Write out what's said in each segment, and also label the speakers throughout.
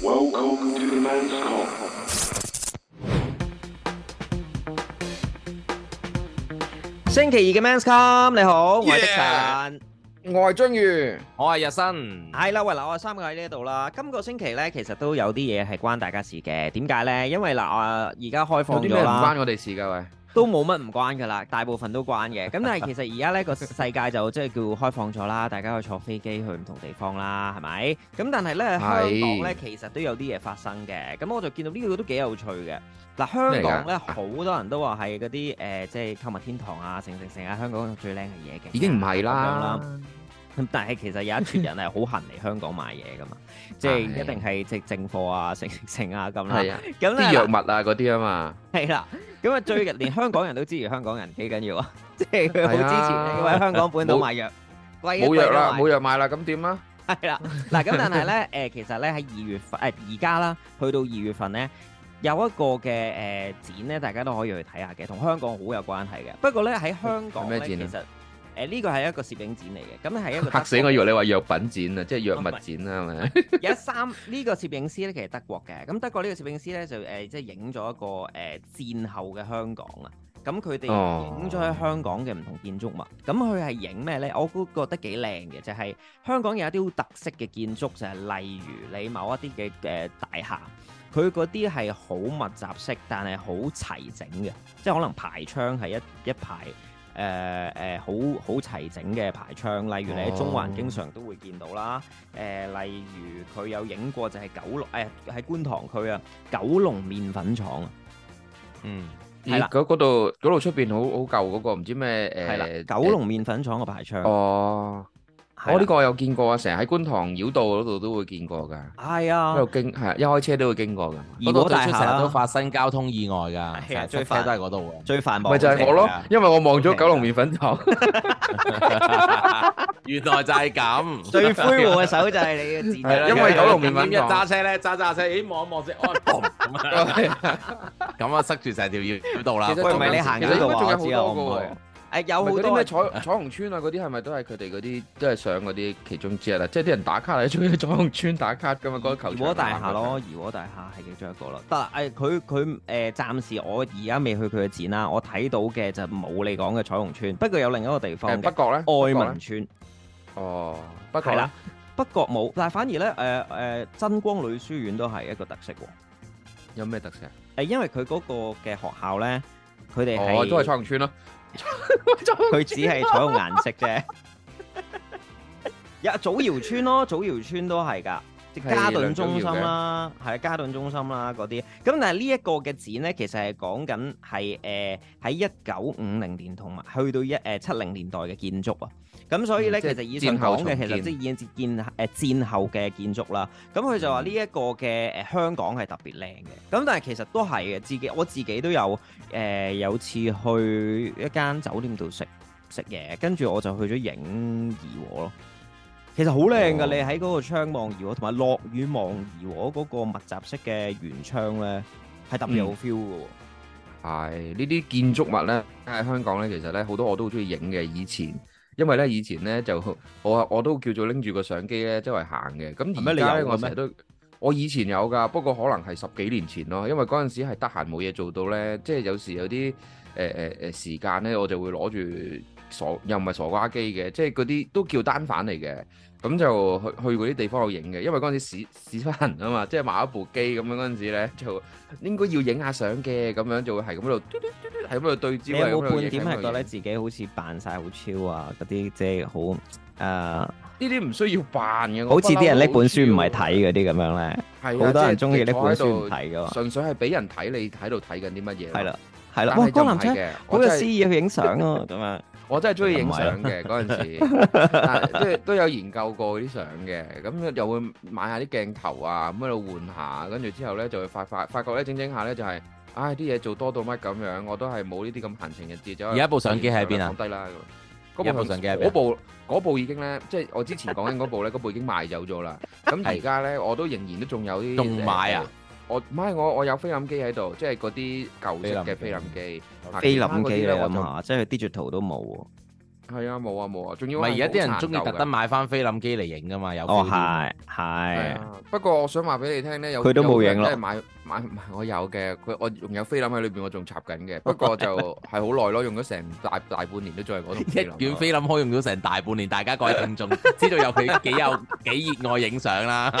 Speaker 1: Welcome to the man's call.
Speaker 2: 星期二嘅 Men's Come，你好，我係
Speaker 3: Yeah
Speaker 2: 迪神，
Speaker 3: 外章魚，
Speaker 4: 我係日新，
Speaker 2: 係啦，喂嗱，我哋三個喺呢度啦。今個星期咧，其實都有啲嘢係關大家事嘅，點解咧？因為嗱，啊而家開
Speaker 3: 有
Speaker 2: 放
Speaker 3: 啲咩
Speaker 2: 咗
Speaker 3: 唔
Speaker 2: 啦，
Speaker 3: 關我哋事㗎喂？
Speaker 2: 都冇乜唔關噶啦，大部分都關嘅。咁但係其實而家咧個世界就即係叫開放咗啦，大家可以坐飛機去唔同地方啦，係咪？咁但係咧香港咧其實都有啲嘢發生嘅。咁我就見到呢個都幾有趣嘅。嗱，香港咧好多人都話係嗰啲誒即係購物天堂啊，成成成啊，香港最靚嘅嘢嘅，
Speaker 3: 已經唔係
Speaker 2: 咁樣啦
Speaker 3: 啦，
Speaker 2: 咁但係其實有一撮人係好恨嚟香港買嘢噶 嘛，即係一定係即係正貨啊、成成啊咁啦。
Speaker 3: 係啊，
Speaker 2: 咁
Speaker 3: 啲藥
Speaker 2: 咧
Speaker 3: 物啊嗰啲啊嘛，
Speaker 2: 係啦，咁啊 最近連香港人都支持香港人幾緊要啊， 即係佢好支
Speaker 3: 係啊
Speaker 2: 持你喺香港本島
Speaker 3: 冇
Speaker 2: 買藥，貴一
Speaker 3: 冇藥啦，
Speaker 2: 貴都買
Speaker 3: 冇藥賣啦，咁點啊？
Speaker 2: 係啦，嗱咁但係 咧，誒其實咧喺二月份，誒而家啦，去到二月份咧，有一個嘅誒展咧，大家都可以去睇下嘅，同香港好有關係嘅。不過咧喺香港咧，
Speaker 3: 係
Speaker 2: 其
Speaker 3: 咩展
Speaker 2: 實誒呢個係一個攝影展嚟嘅，咁係一個
Speaker 3: 嚇死
Speaker 2: 德國
Speaker 3: 我，以為你話藥品展啊，即係藥物展啦，係咪？
Speaker 2: 有三 呢個攝影師咧，其實德國嘅，咁德國呢個攝影師咧就誒、呃即係影咗一個誒、呃、戰後嘅香港啊，咁佢哋
Speaker 3: 哦
Speaker 2: 影咗喺香港嘅唔同建築物，咁佢係影咩咧？我估覺得幾靚嘅，就係、香港有一啲好特色嘅建築，就係、例如你某一啲嘅誒大廈。佢嗰啲係好密集式，但係好齊整嘅，即係可能排窗係一一排誒誒好好齊整嘅排窗。例如你喺中環
Speaker 3: 哦
Speaker 2: 經常都會見到啦，誒、例如佢有影過就係九龍誒喺、觀塘區啊，九龍麵粉廠啊，
Speaker 4: 嗯，
Speaker 2: 係啦
Speaker 3: 咦嗰嗰度嗰度出邊好好舊嗰個唔知咩
Speaker 2: 係啦、
Speaker 3: 誒
Speaker 2: 九龍麵粉廠嘅排窗，
Speaker 3: 誒哦，
Speaker 2: 係
Speaker 3: 我呢
Speaker 2: 啦
Speaker 3: 個我有見過啊，成日喺觀塘繞道嗰度都會見過㗎，
Speaker 2: 係
Speaker 3: 一
Speaker 2: 啊
Speaker 3: 路，經係一開車都會經過㗎。
Speaker 2: 怡
Speaker 4: 嗰
Speaker 2: 和
Speaker 4: 度最
Speaker 2: 大
Speaker 4: 出成
Speaker 2: 廈
Speaker 4: 日都
Speaker 2: 啦，
Speaker 4: 發生交通意外噶，
Speaker 2: 係啊
Speaker 4: 成日
Speaker 2: 最
Speaker 4: 出
Speaker 2: 煩
Speaker 4: 車都係嗰度
Speaker 2: 最繁忙
Speaker 3: 咪就係我咯
Speaker 4: 好正㗎，
Speaker 3: 因為我望咗九龍 麵粉廠，
Speaker 4: 嘅。原來就係咁，
Speaker 2: 最灰和嘅手就係你嘅字，
Speaker 3: 係啦
Speaker 4: 因
Speaker 3: 為
Speaker 4: 為
Speaker 3: 九
Speaker 4: 九
Speaker 3: 龍
Speaker 4: 龍
Speaker 3: 麵粉
Speaker 4: 麵粉
Speaker 3: 檔
Speaker 4: 一揸車咧，揸揸車，咦望一望先，哦，砰 咁啊咁啊塞住成條繞道啦。
Speaker 3: 其實
Speaker 2: 喂唔係你行嗰度啊
Speaker 3: 其實應該仲有好多㗎喎
Speaker 2: 誒有
Speaker 3: 唔
Speaker 2: 好
Speaker 3: 係嗰啲
Speaker 2: 多
Speaker 3: 咩彩彩虹村啊，嗰啲係咪都係佢哋嗰啲都係上嗰啲其中之一啦？即係啲人打卡係中意彩虹村打卡噶嘛，嗰、個球場。
Speaker 2: 怡和大廈咯，，怡和大廈係其中一個咯。得啦，誒佢佢誒暫時我而家未去佢嘅展啦，我睇到嘅就冇你講嘅彩虹村，不過有另一個地
Speaker 3: 誒
Speaker 2: 方嘅
Speaker 3: 北角咧，
Speaker 2: 愛
Speaker 3: 北角呢
Speaker 2: 民村
Speaker 3: 哦，北角
Speaker 2: 係
Speaker 3: 啦
Speaker 2: 啦，，北角冇，但係反而咧誒誒真光女書院都係一個特色喎。
Speaker 3: 有咩特色啊？
Speaker 2: 誒，因為佢嗰個嘅學校咧，佢哋
Speaker 3: 哦，都係彩
Speaker 2: 係
Speaker 3: 虹村咯，
Speaker 2: 佢只係彩虹顏色 啫。有祖堯村咯，祖堯村都係㗎。即係
Speaker 3: 係
Speaker 2: 嘉頓
Speaker 3: 梁祖堯
Speaker 2: 中心
Speaker 3: 嘅
Speaker 2: 啦，係啊嘉頓中心啦嗰啲。咁但係呢一個嘅展咧，其實係講緊係誒喺一九五零年同埋去到一誒七零年代嘅建築啊。咁所以咧，
Speaker 3: 嗯即
Speaker 2: 其
Speaker 3: 係
Speaker 2: 實以上
Speaker 3: 戰後
Speaker 2: 講嘅其實
Speaker 3: 重建
Speaker 2: 即係已經建誒戰後嘅建築啦。咁佢就話呢一個嘅誒香港係特別靚嘅。咁但係其實都係嘅，自己我自己都有誒、有次去一間酒店度食食嘢，跟住我就去咗影怡和咯。其實好靚噶，
Speaker 3: 哦
Speaker 2: 你喺嗰個窗望怡和，同埋落雨望怡和嗰個密集式嘅圓窗咧，係特別有 feel 嘅喎。
Speaker 3: 係呢啲建築物咧喺香港咧，其實咧好多我都好中意影嘅。以前因為咧以前咧就我我都叫做拎住個相機咧周圍行嘅。咁
Speaker 2: 咩
Speaker 3: 而
Speaker 2: 你
Speaker 3: 家咧
Speaker 2: 有嘅
Speaker 3: 我
Speaker 2: 咩
Speaker 3: 成日都我以前有㗎，不過可能係十幾年前咯，因為嗰陣時係得閒冇嘢做到咧，即係有時有啲誒誒誒時間咧，我就會攞住傻又唔係傻瓜機嘅，即係嗰啲都叫單反嚟嘅。咁就去去嗰啲地方度影嘅，因為嗰陣時市市翻人啊嘛，即係買咗部機咁樣嗰陣時咧，就應該要影下相嘅，咁樣就會係咁喺度嘟嘟嘟嘟，係咁喺度對焦。
Speaker 2: 你有冇半點
Speaker 3: 點
Speaker 2: 係覺得自己好似扮晒好超啊？嗰啲即係好誒，呃
Speaker 3: 呢啲唔需要扮嘅？
Speaker 2: 好似啲人拎本書唔係睇嗰啲咁樣咧，
Speaker 3: 睇
Speaker 2: 好多人中意拎本書唔睇噶嘛。
Speaker 3: 純粹係俾人睇你喺度睇緊啲乜嘢。
Speaker 2: 係啦，係啦，
Speaker 3: 但
Speaker 2: 哇！
Speaker 3: 係就
Speaker 2: 嗰
Speaker 3: 唔
Speaker 2: 男
Speaker 3: 係
Speaker 2: 仔
Speaker 3: 嘅，我
Speaker 2: 好有
Speaker 3: 真
Speaker 2: 詩
Speaker 3: 係
Speaker 2: 意去影相 啊，咁樣。
Speaker 3: 我真係中意影相嘅嗰 陣時，但係即係都有研究過啲相嘅，咁又會買下啲鏡頭啊，咁喺度換下，跟住之後咧就會發發發覺咧整整下咧就係、唉啲嘢做多到乜咁樣，我都係冇呢啲咁閒情逸致走去。
Speaker 4: 而家部相機喺邊啊
Speaker 3: 放低啦，咁
Speaker 4: 而家部相機喺邊啊
Speaker 3: 嗰部嗰部已經咧，即係我之 前講緊嗰部咧，嗰部已經賣走咗啦。咁而家咧我都仍然都仲有啲
Speaker 4: 仲買啊？
Speaker 3: 誒我唔係我我有菲林機喺度，即係嗰啲舊式
Speaker 2: 菲
Speaker 3: 嘅菲
Speaker 2: 林
Speaker 3: 林
Speaker 2: 機
Speaker 3: 機。
Speaker 2: 菲
Speaker 3: 其
Speaker 4: 啊
Speaker 3: 他
Speaker 2: 林
Speaker 3: 嗰啲
Speaker 2: 機
Speaker 3: 咧
Speaker 2: 你
Speaker 3: 我就
Speaker 2: 諗下，即係 digital 都冇喎。
Speaker 3: 係啊，冇啊冇啊，仲要
Speaker 4: 唔係而家啲人中意特登
Speaker 3: 買。
Speaker 4: 買翻菲林機嚟影噶嘛，有
Speaker 2: 哦，
Speaker 4: 菲林
Speaker 2: 係係
Speaker 3: 係。啊不過我想話俾你聽咧，有
Speaker 2: 佢都冇
Speaker 3: 有人
Speaker 2: 影咯
Speaker 3: 真係買買買我有嘅，佢我仲有菲林喺裏邊，我仲插緊嘅。 不過就係好耐咯，用咗成大大半年都仲係嗰同菲林咯。
Speaker 4: 一卷菲林可以用咗成大半年，大家各位聽眾知道有 佢幾有幾熱愛影相啦。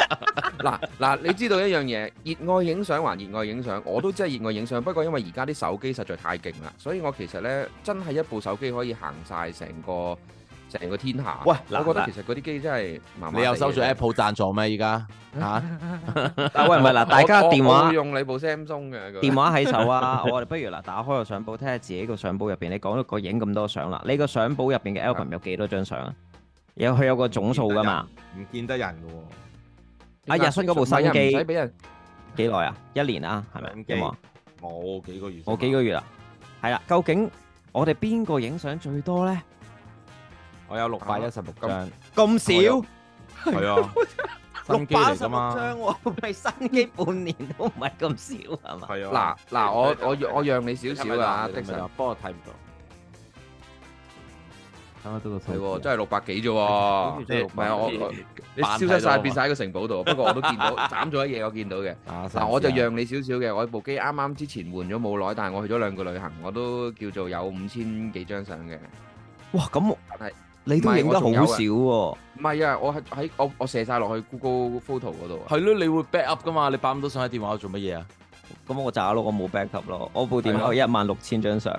Speaker 3: 嗱嗱，你知道一樣嘢，熱愛影相還熱愛影相，我都真係熱愛影相。不過因為而家啲手機實在太勁啦，所以我其實呢，真係一部手機可以行晒成個成個天下。
Speaker 2: 喂嗱
Speaker 3: 我覺得
Speaker 2: 嗱
Speaker 3: 其實嗰啲機真啊係麻麻地嘅。
Speaker 4: 你又收咗 Apple 贊助咩？依家嚇啊
Speaker 2: 但喂唔係嗱，大家
Speaker 3: 我
Speaker 2: 電
Speaker 3: 我我
Speaker 2: 話
Speaker 3: 會。用你部 Samsung 嘅。
Speaker 2: 電話喺手啊！ 我哋不如嗱，打開個相簿，睇下自己個相簿入邊，你講到個影咁多相啦，你個相簿入邊嘅 album 有幾多張相啊？有佢有個總數噶嘛？
Speaker 4: 唔見得人嘅喎。
Speaker 2: 阿日新嗰部新
Speaker 3: 唔係啊唔使
Speaker 2: 機
Speaker 3: 俾人
Speaker 2: 幾耐啊？一年啊，係咪
Speaker 4: 相？機
Speaker 2: 有冇啊？
Speaker 4: 我幾個月，
Speaker 2: 我幾個月啦，係啦。究竟我哋邊個影相最多咧？
Speaker 4: 我 有六百一十六張，
Speaker 2: 咁
Speaker 3: 我
Speaker 2: 少
Speaker 3: 有？
Speaker 4: 係啊，新機嚟㗎嘛，
Speaker 2: 咪新機半年都唔係咁少係嘛？
Speaker 4: 係
Speaker 3: 嗱嗱，我我我讓你少少啊，的
Speaker 4: 的
Speaker 3: 神
Speaker 4: 神，不過睇唔到。等我到個
Speaker 3: 係喎，
Speaker 4: 真
Speaker 3: 真係六百幾啫喎。
Speaker 4: 即係
Speaker 3: 唔係我我你消
Speaker 4: 扮睇
Speaker 3: 失晒
Speaker 4: 到
Speaker 3: 變晒喺個城堡度，不過我都見到斬咗一嘢，我見到嘅。嗱，我就
Speaker 4: à.
Speaker 3: 讓你少少嘅，我部機啱啱之前換咗冇耐，但係我去咗兩個旅行，我都叫做有五千幾張相嘅。
Speaker 2: 哇，咁
Speaker 3: 但係
Speaker 2: 你都影得好
Speaker 3: 唔
Speaker 2: 少
Speaker 3: 係
Speaker 2: 喎。
Speaker 3: 唔係啊，我係喺我我射晒落去 Google Photo 嗰度啊。
Speaker 4: 係咯，你會 back up 噶嘛？你擺咁多相喺電話度做乜 嘢啊？
Speaker 2: 咁我渣咯，我冇 backup 咯，我部電
Speaker 3: 係
Speaker 2: 話
Speaker 3: 咯
Speaker 2: 有一萬六千張相。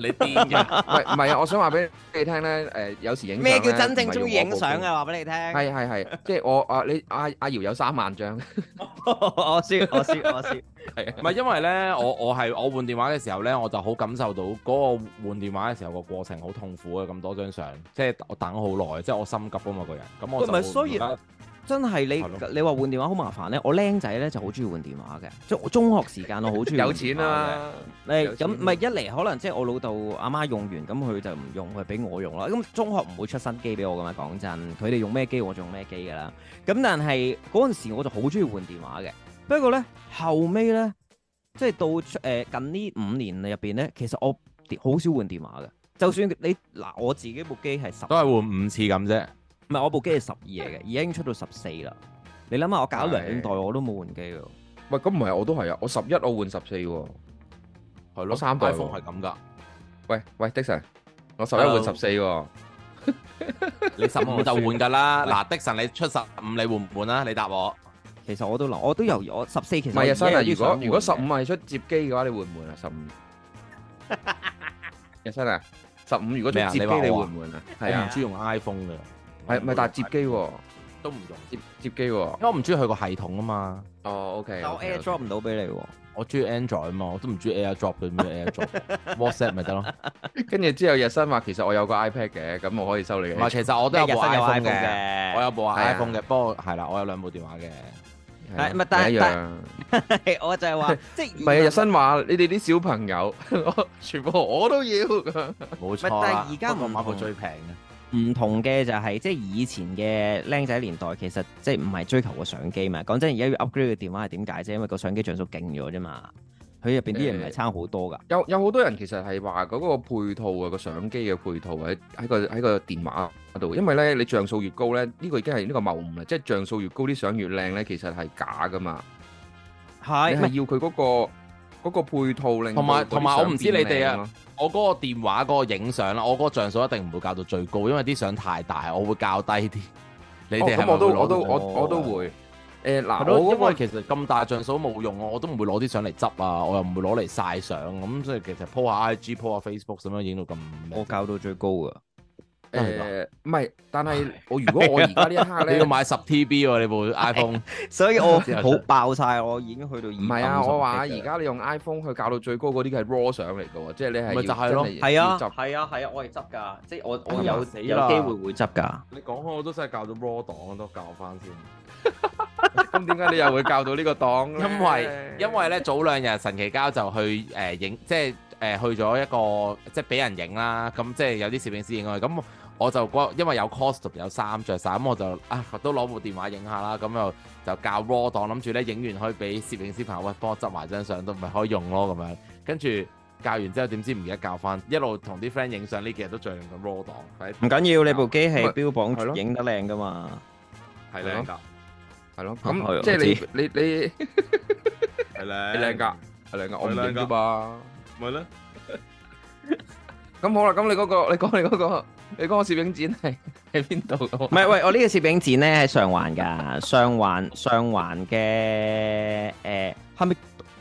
Speaker 4: 你癲嘅，
Speaker 3: 唔係唔係啊，我想話俾你聽咧，誒有時影相呢？唔係用我部機？？
Speaker 2: 啊話俾你聽。
Speaker 3: 係係係，即係我啊你阿阿瑤有三萬張，
Speaker 2: 我輸，我輸， 我輸。
Speaker 3: 係
Speaker 4: 唔係因為咧，我我係我換電話嘅時候咧，我就好感受到嗰個換電話嘅時候個過程好痛苦嘅，啊咁多張相，即係我等好耐，即係我心急啊嘛個人，咁我就
Speaker 2: 唔係雖然
Speaker 4: 而家
Speaker 2: 真係
Speaker 4: 係咯
Speaker 2: 你你話換電話好麻煩咧，我僆仔咧就好中意換電話嘅，即係我中學時間我好中意換電
Speaker 3: 有
Speaker 2: 話嘅
Speaker 3: 錢啦。有
Speaker 2: 誒咁
Speaker 3: 錢
Speaker 2: 咪一嚟可能即係我老豆阿媽用完，咁佢就唔用，佢俾我用啦。咁中學唔會出新機俾我噶嘛，講真，佢哋用咩機我就用咩機噶啦。咁但係嗰陣時我就好中意換電話嘅。不過咧後尾咧，即係到出誒、呃近呢五年入邊咧，其實我好少換電話嘅。就算你嗱我自己部機係十，
Speaker 4: 都係
Speaker 2: 唔
Speaker 4: 換五次咁啫。
Speaker 2: 係我部機係十二嚟嘅，而家已經出到十四啦。你諗下，我搞兩代我都冇換機喎。
Speaker 3: 喂，咁唔係我都係啊，我十一我換十四喎。
Speaker 4: 係
Speaker 3: 我
Speaker 4: 咯，
Speaker 3: 三代喎
Speaker 4: iPhone 係咁噶，
Speaker 3: 喂喂的神，我十一換
Speaker 4: Hello
Speaker 3: 十四喎。
Speaker 4: 你十 五就換噶啦。
Speaker 3: 啊
Speaker 4: 嗱，的神你出十五，你換唔換啊？你答我。
Speaker 2: 其實我都諗，我都由我十四其實
Speaker 3: 唔係啊，
Speaker 2: 我
Speaker 3: 生啊！
Speaker 2: 而家有
Speaker 3: 如
Speaker 2: 啲想
Speaker 3: 果
Speaker 2: 換
Speaker 3: 如果
Speaker 2: 嘅
Speaker 3: 十五係出接機嘅話，你換唔換啊？十五，日新啊，十五如果出
Speaker 4: 咩啊
Speaker 3: 接機，你
Speaker 4: 你
Speaker 3: 換
Speaker 4: 話我啊
Speaker 3: 唔換啊？係
Speaker 4: 我唔
Speaker 3: 啊，
Speaker 4: 中意用 iPhone 嘅，
Speaker 3: 係咪？但係接機喎，
Speaker 4: 都唔用，
Speaker 3: 接接機喎。
Speaker 4: 因為我唔中意佢個系統啊嘛。
Speaker 3: 哦，OK，
Speaker 2: 但我 AirDrop 唔到俾你喎。
Speaker 4: 我中意 Android 啊嘛，我都唔中意 AirDrop 嘅咩 AirDrop，WhatsApp 咪得咯。
Speaker 3: 跟住之後，日新話其實我有個 iPad 嘅，咁我可以收你
Speaker 4: 唔係，
Speaker 3: 嘅。
Speaker 4: 其實我都有部 iPhone 嘅，我
Speaker 2: 嘅，
Speaker 4: 有部
Speaker 3: 係啊
Speaker 4: iPhone 嘅，不過係啦，我有兩部電話嘅。
Speaker 3: 係啊
Speaker 2: 唔係但係
Speaker 3: 一樣。
Speaker 2: 係 我就係話，即係
Speaker 3: 唔係啊，日新話你哋啲小朋友， 我全部我都要。
Speaker 2: 係
Speaker 4: 冇錯啦
Speaker 2: 但係而家唔
Speaker 4: 不過買部
Speaker 2: 同
Speaker 4: 最平嘅，
Speaker 2: 唔同嘅就係即係以前嘅僆仔年代，其實即係唔係追求個相機嘛。講真，而家要 upgrade 嘅電話係點解啫？因為個相機像素勁咗啫嘛。佢入邊啲嘢唔係差好多㗎。
Speaker 3: 有有好多人其實係話嗰個配套啊，個相機嘅配套喺喺個喺個電話度，因為咧你像素越高咧，呢、個已經係呢個謬誤啦，即係像素越高啲相越靚咧，其實係假噶嘛，你
Speaker 2: 係唔
Speaker 3: 係
Speaker 2: 係
Speaker 3: 要佢嗰、個嗰、個配套令到
Speaker 4: 同埋
Speaker 3: 嗰啲
Speaker 4: 同埋我唔知你哋啊
Speaker 3: 相變靚咯，
Speaker 4: 我嗰個電話嗰個影相啦，我嗰個像素一定唔會校到最高，因為啲相太大，我會校低啲。你哋
Speaker 3: 哦
Speaker 4: 係
Speaker 3: 咁
Speaker 4: 咪
Speaker 3: 我都
Speaker 4: 會攞
Speaker 3: 我都
Speaker 4: 到
Speaker 3: 我
Speaker 2: 哦
Speaker 3: 我都會誒嗱、
Speaker 4: 係咯
Speaker 3: 我嗰、
Speaker 4: 因為
Speaker 3: 個
Speaker 4: 其實咁大像素冇用，我都唔會攞啲相嚟執啊，我又唔會攞嚟晒相，咁所以其實 po 下 IG、po 下 Facebook 咁樣影到咁
Speaker 2: 我
Speaker 4: 靚。
Speaker 2: 校到最高㗎？
Speaker 4: 真係㗎
Speaker 3: 誒唔係，但係我如果我而家呢一刻
Speaker 4: 你要
Speaker 3: 咧，
Speaker 4: 買十 TB 喎，你部 iPhone
Speaker 2: 所以我
Speaker 4: 真係
Speaker 2: 好爆晒，我已經去到二
Speaker 3: 唔係啊，我話而家你用 iPhone 去校到最高嗰啲係 RAW 相嚟嘅喎，即係你係
Speaker 4: 咪就係
Speaker 3: 係
Speaker 4: 咯
Speaker 2: 係啊係啊係啊，我係執㗎，即係我我
Speaker 4: 哎呀
Speaker 2: 有
Speaker 4: 死
Speaker 2: 有
Speaker 4: 啦
Speaker 2: 機會會執㗎。
Speaker 4: 你講開我都真係教到 RAW 檔都教翻先，
Speaker 3: 咁點解你又會教到呢個檔呢
Speaker 4: 因為因為咧早兩日神奇交就去誒影、即係誒、去咗一個即係俾人影啦，咁即係有啲攝影師影佢，咁我就嗰因為有 costume 有衫着晒，咁我就啊都攞部電話影下啦，咁又就教 RAW 檔，諗住咧影完可以俾攝影師朋友喂幫我執埋張相，都咪可以用咯咁樣。跟住教完之後點知唔記得教翻，一路同啲 friend 影相呢幾日都仲用緊 RAW 檔，係
Speaker 2: 唔緊要，你部機係
Speaker 3: 咪
Speaker 2: 標
Speaker 3: 係咯
Speaker 2: 榜影得靚噶嘛，
Speaker 4: 係
Speaker 3: 係
Speaker 4: 靚
Speaker 3: 咯
Speaker 4: 㗎，
Speaker 3: 係咯，
Speaker 2: 啊係
Speaker 3: 咁
Speaker 2: 啊
Speaker 3: 即
Speaker 2: 我
Speaker 3: 係你你你
Speaker 4: 係
Speaker 3: 你
Speaker 4: 靚
Speaker 3: 靚㗎，係靚㗎，我唔
Speaker 4: 係靚
Speaker 3: 靚㗎
Speaker 4: 㗎
Speaker 3: 嘛。
Speaker 4: 咪咧。
Speaker 3: 咁好啦，咁你嗰個你講你嗰個你嗰個攝影展係 喺邊度
Speaker 2: 唔？係，喂，我呢個攝影展咧喺上環㗎，上環上環嘅誒係咪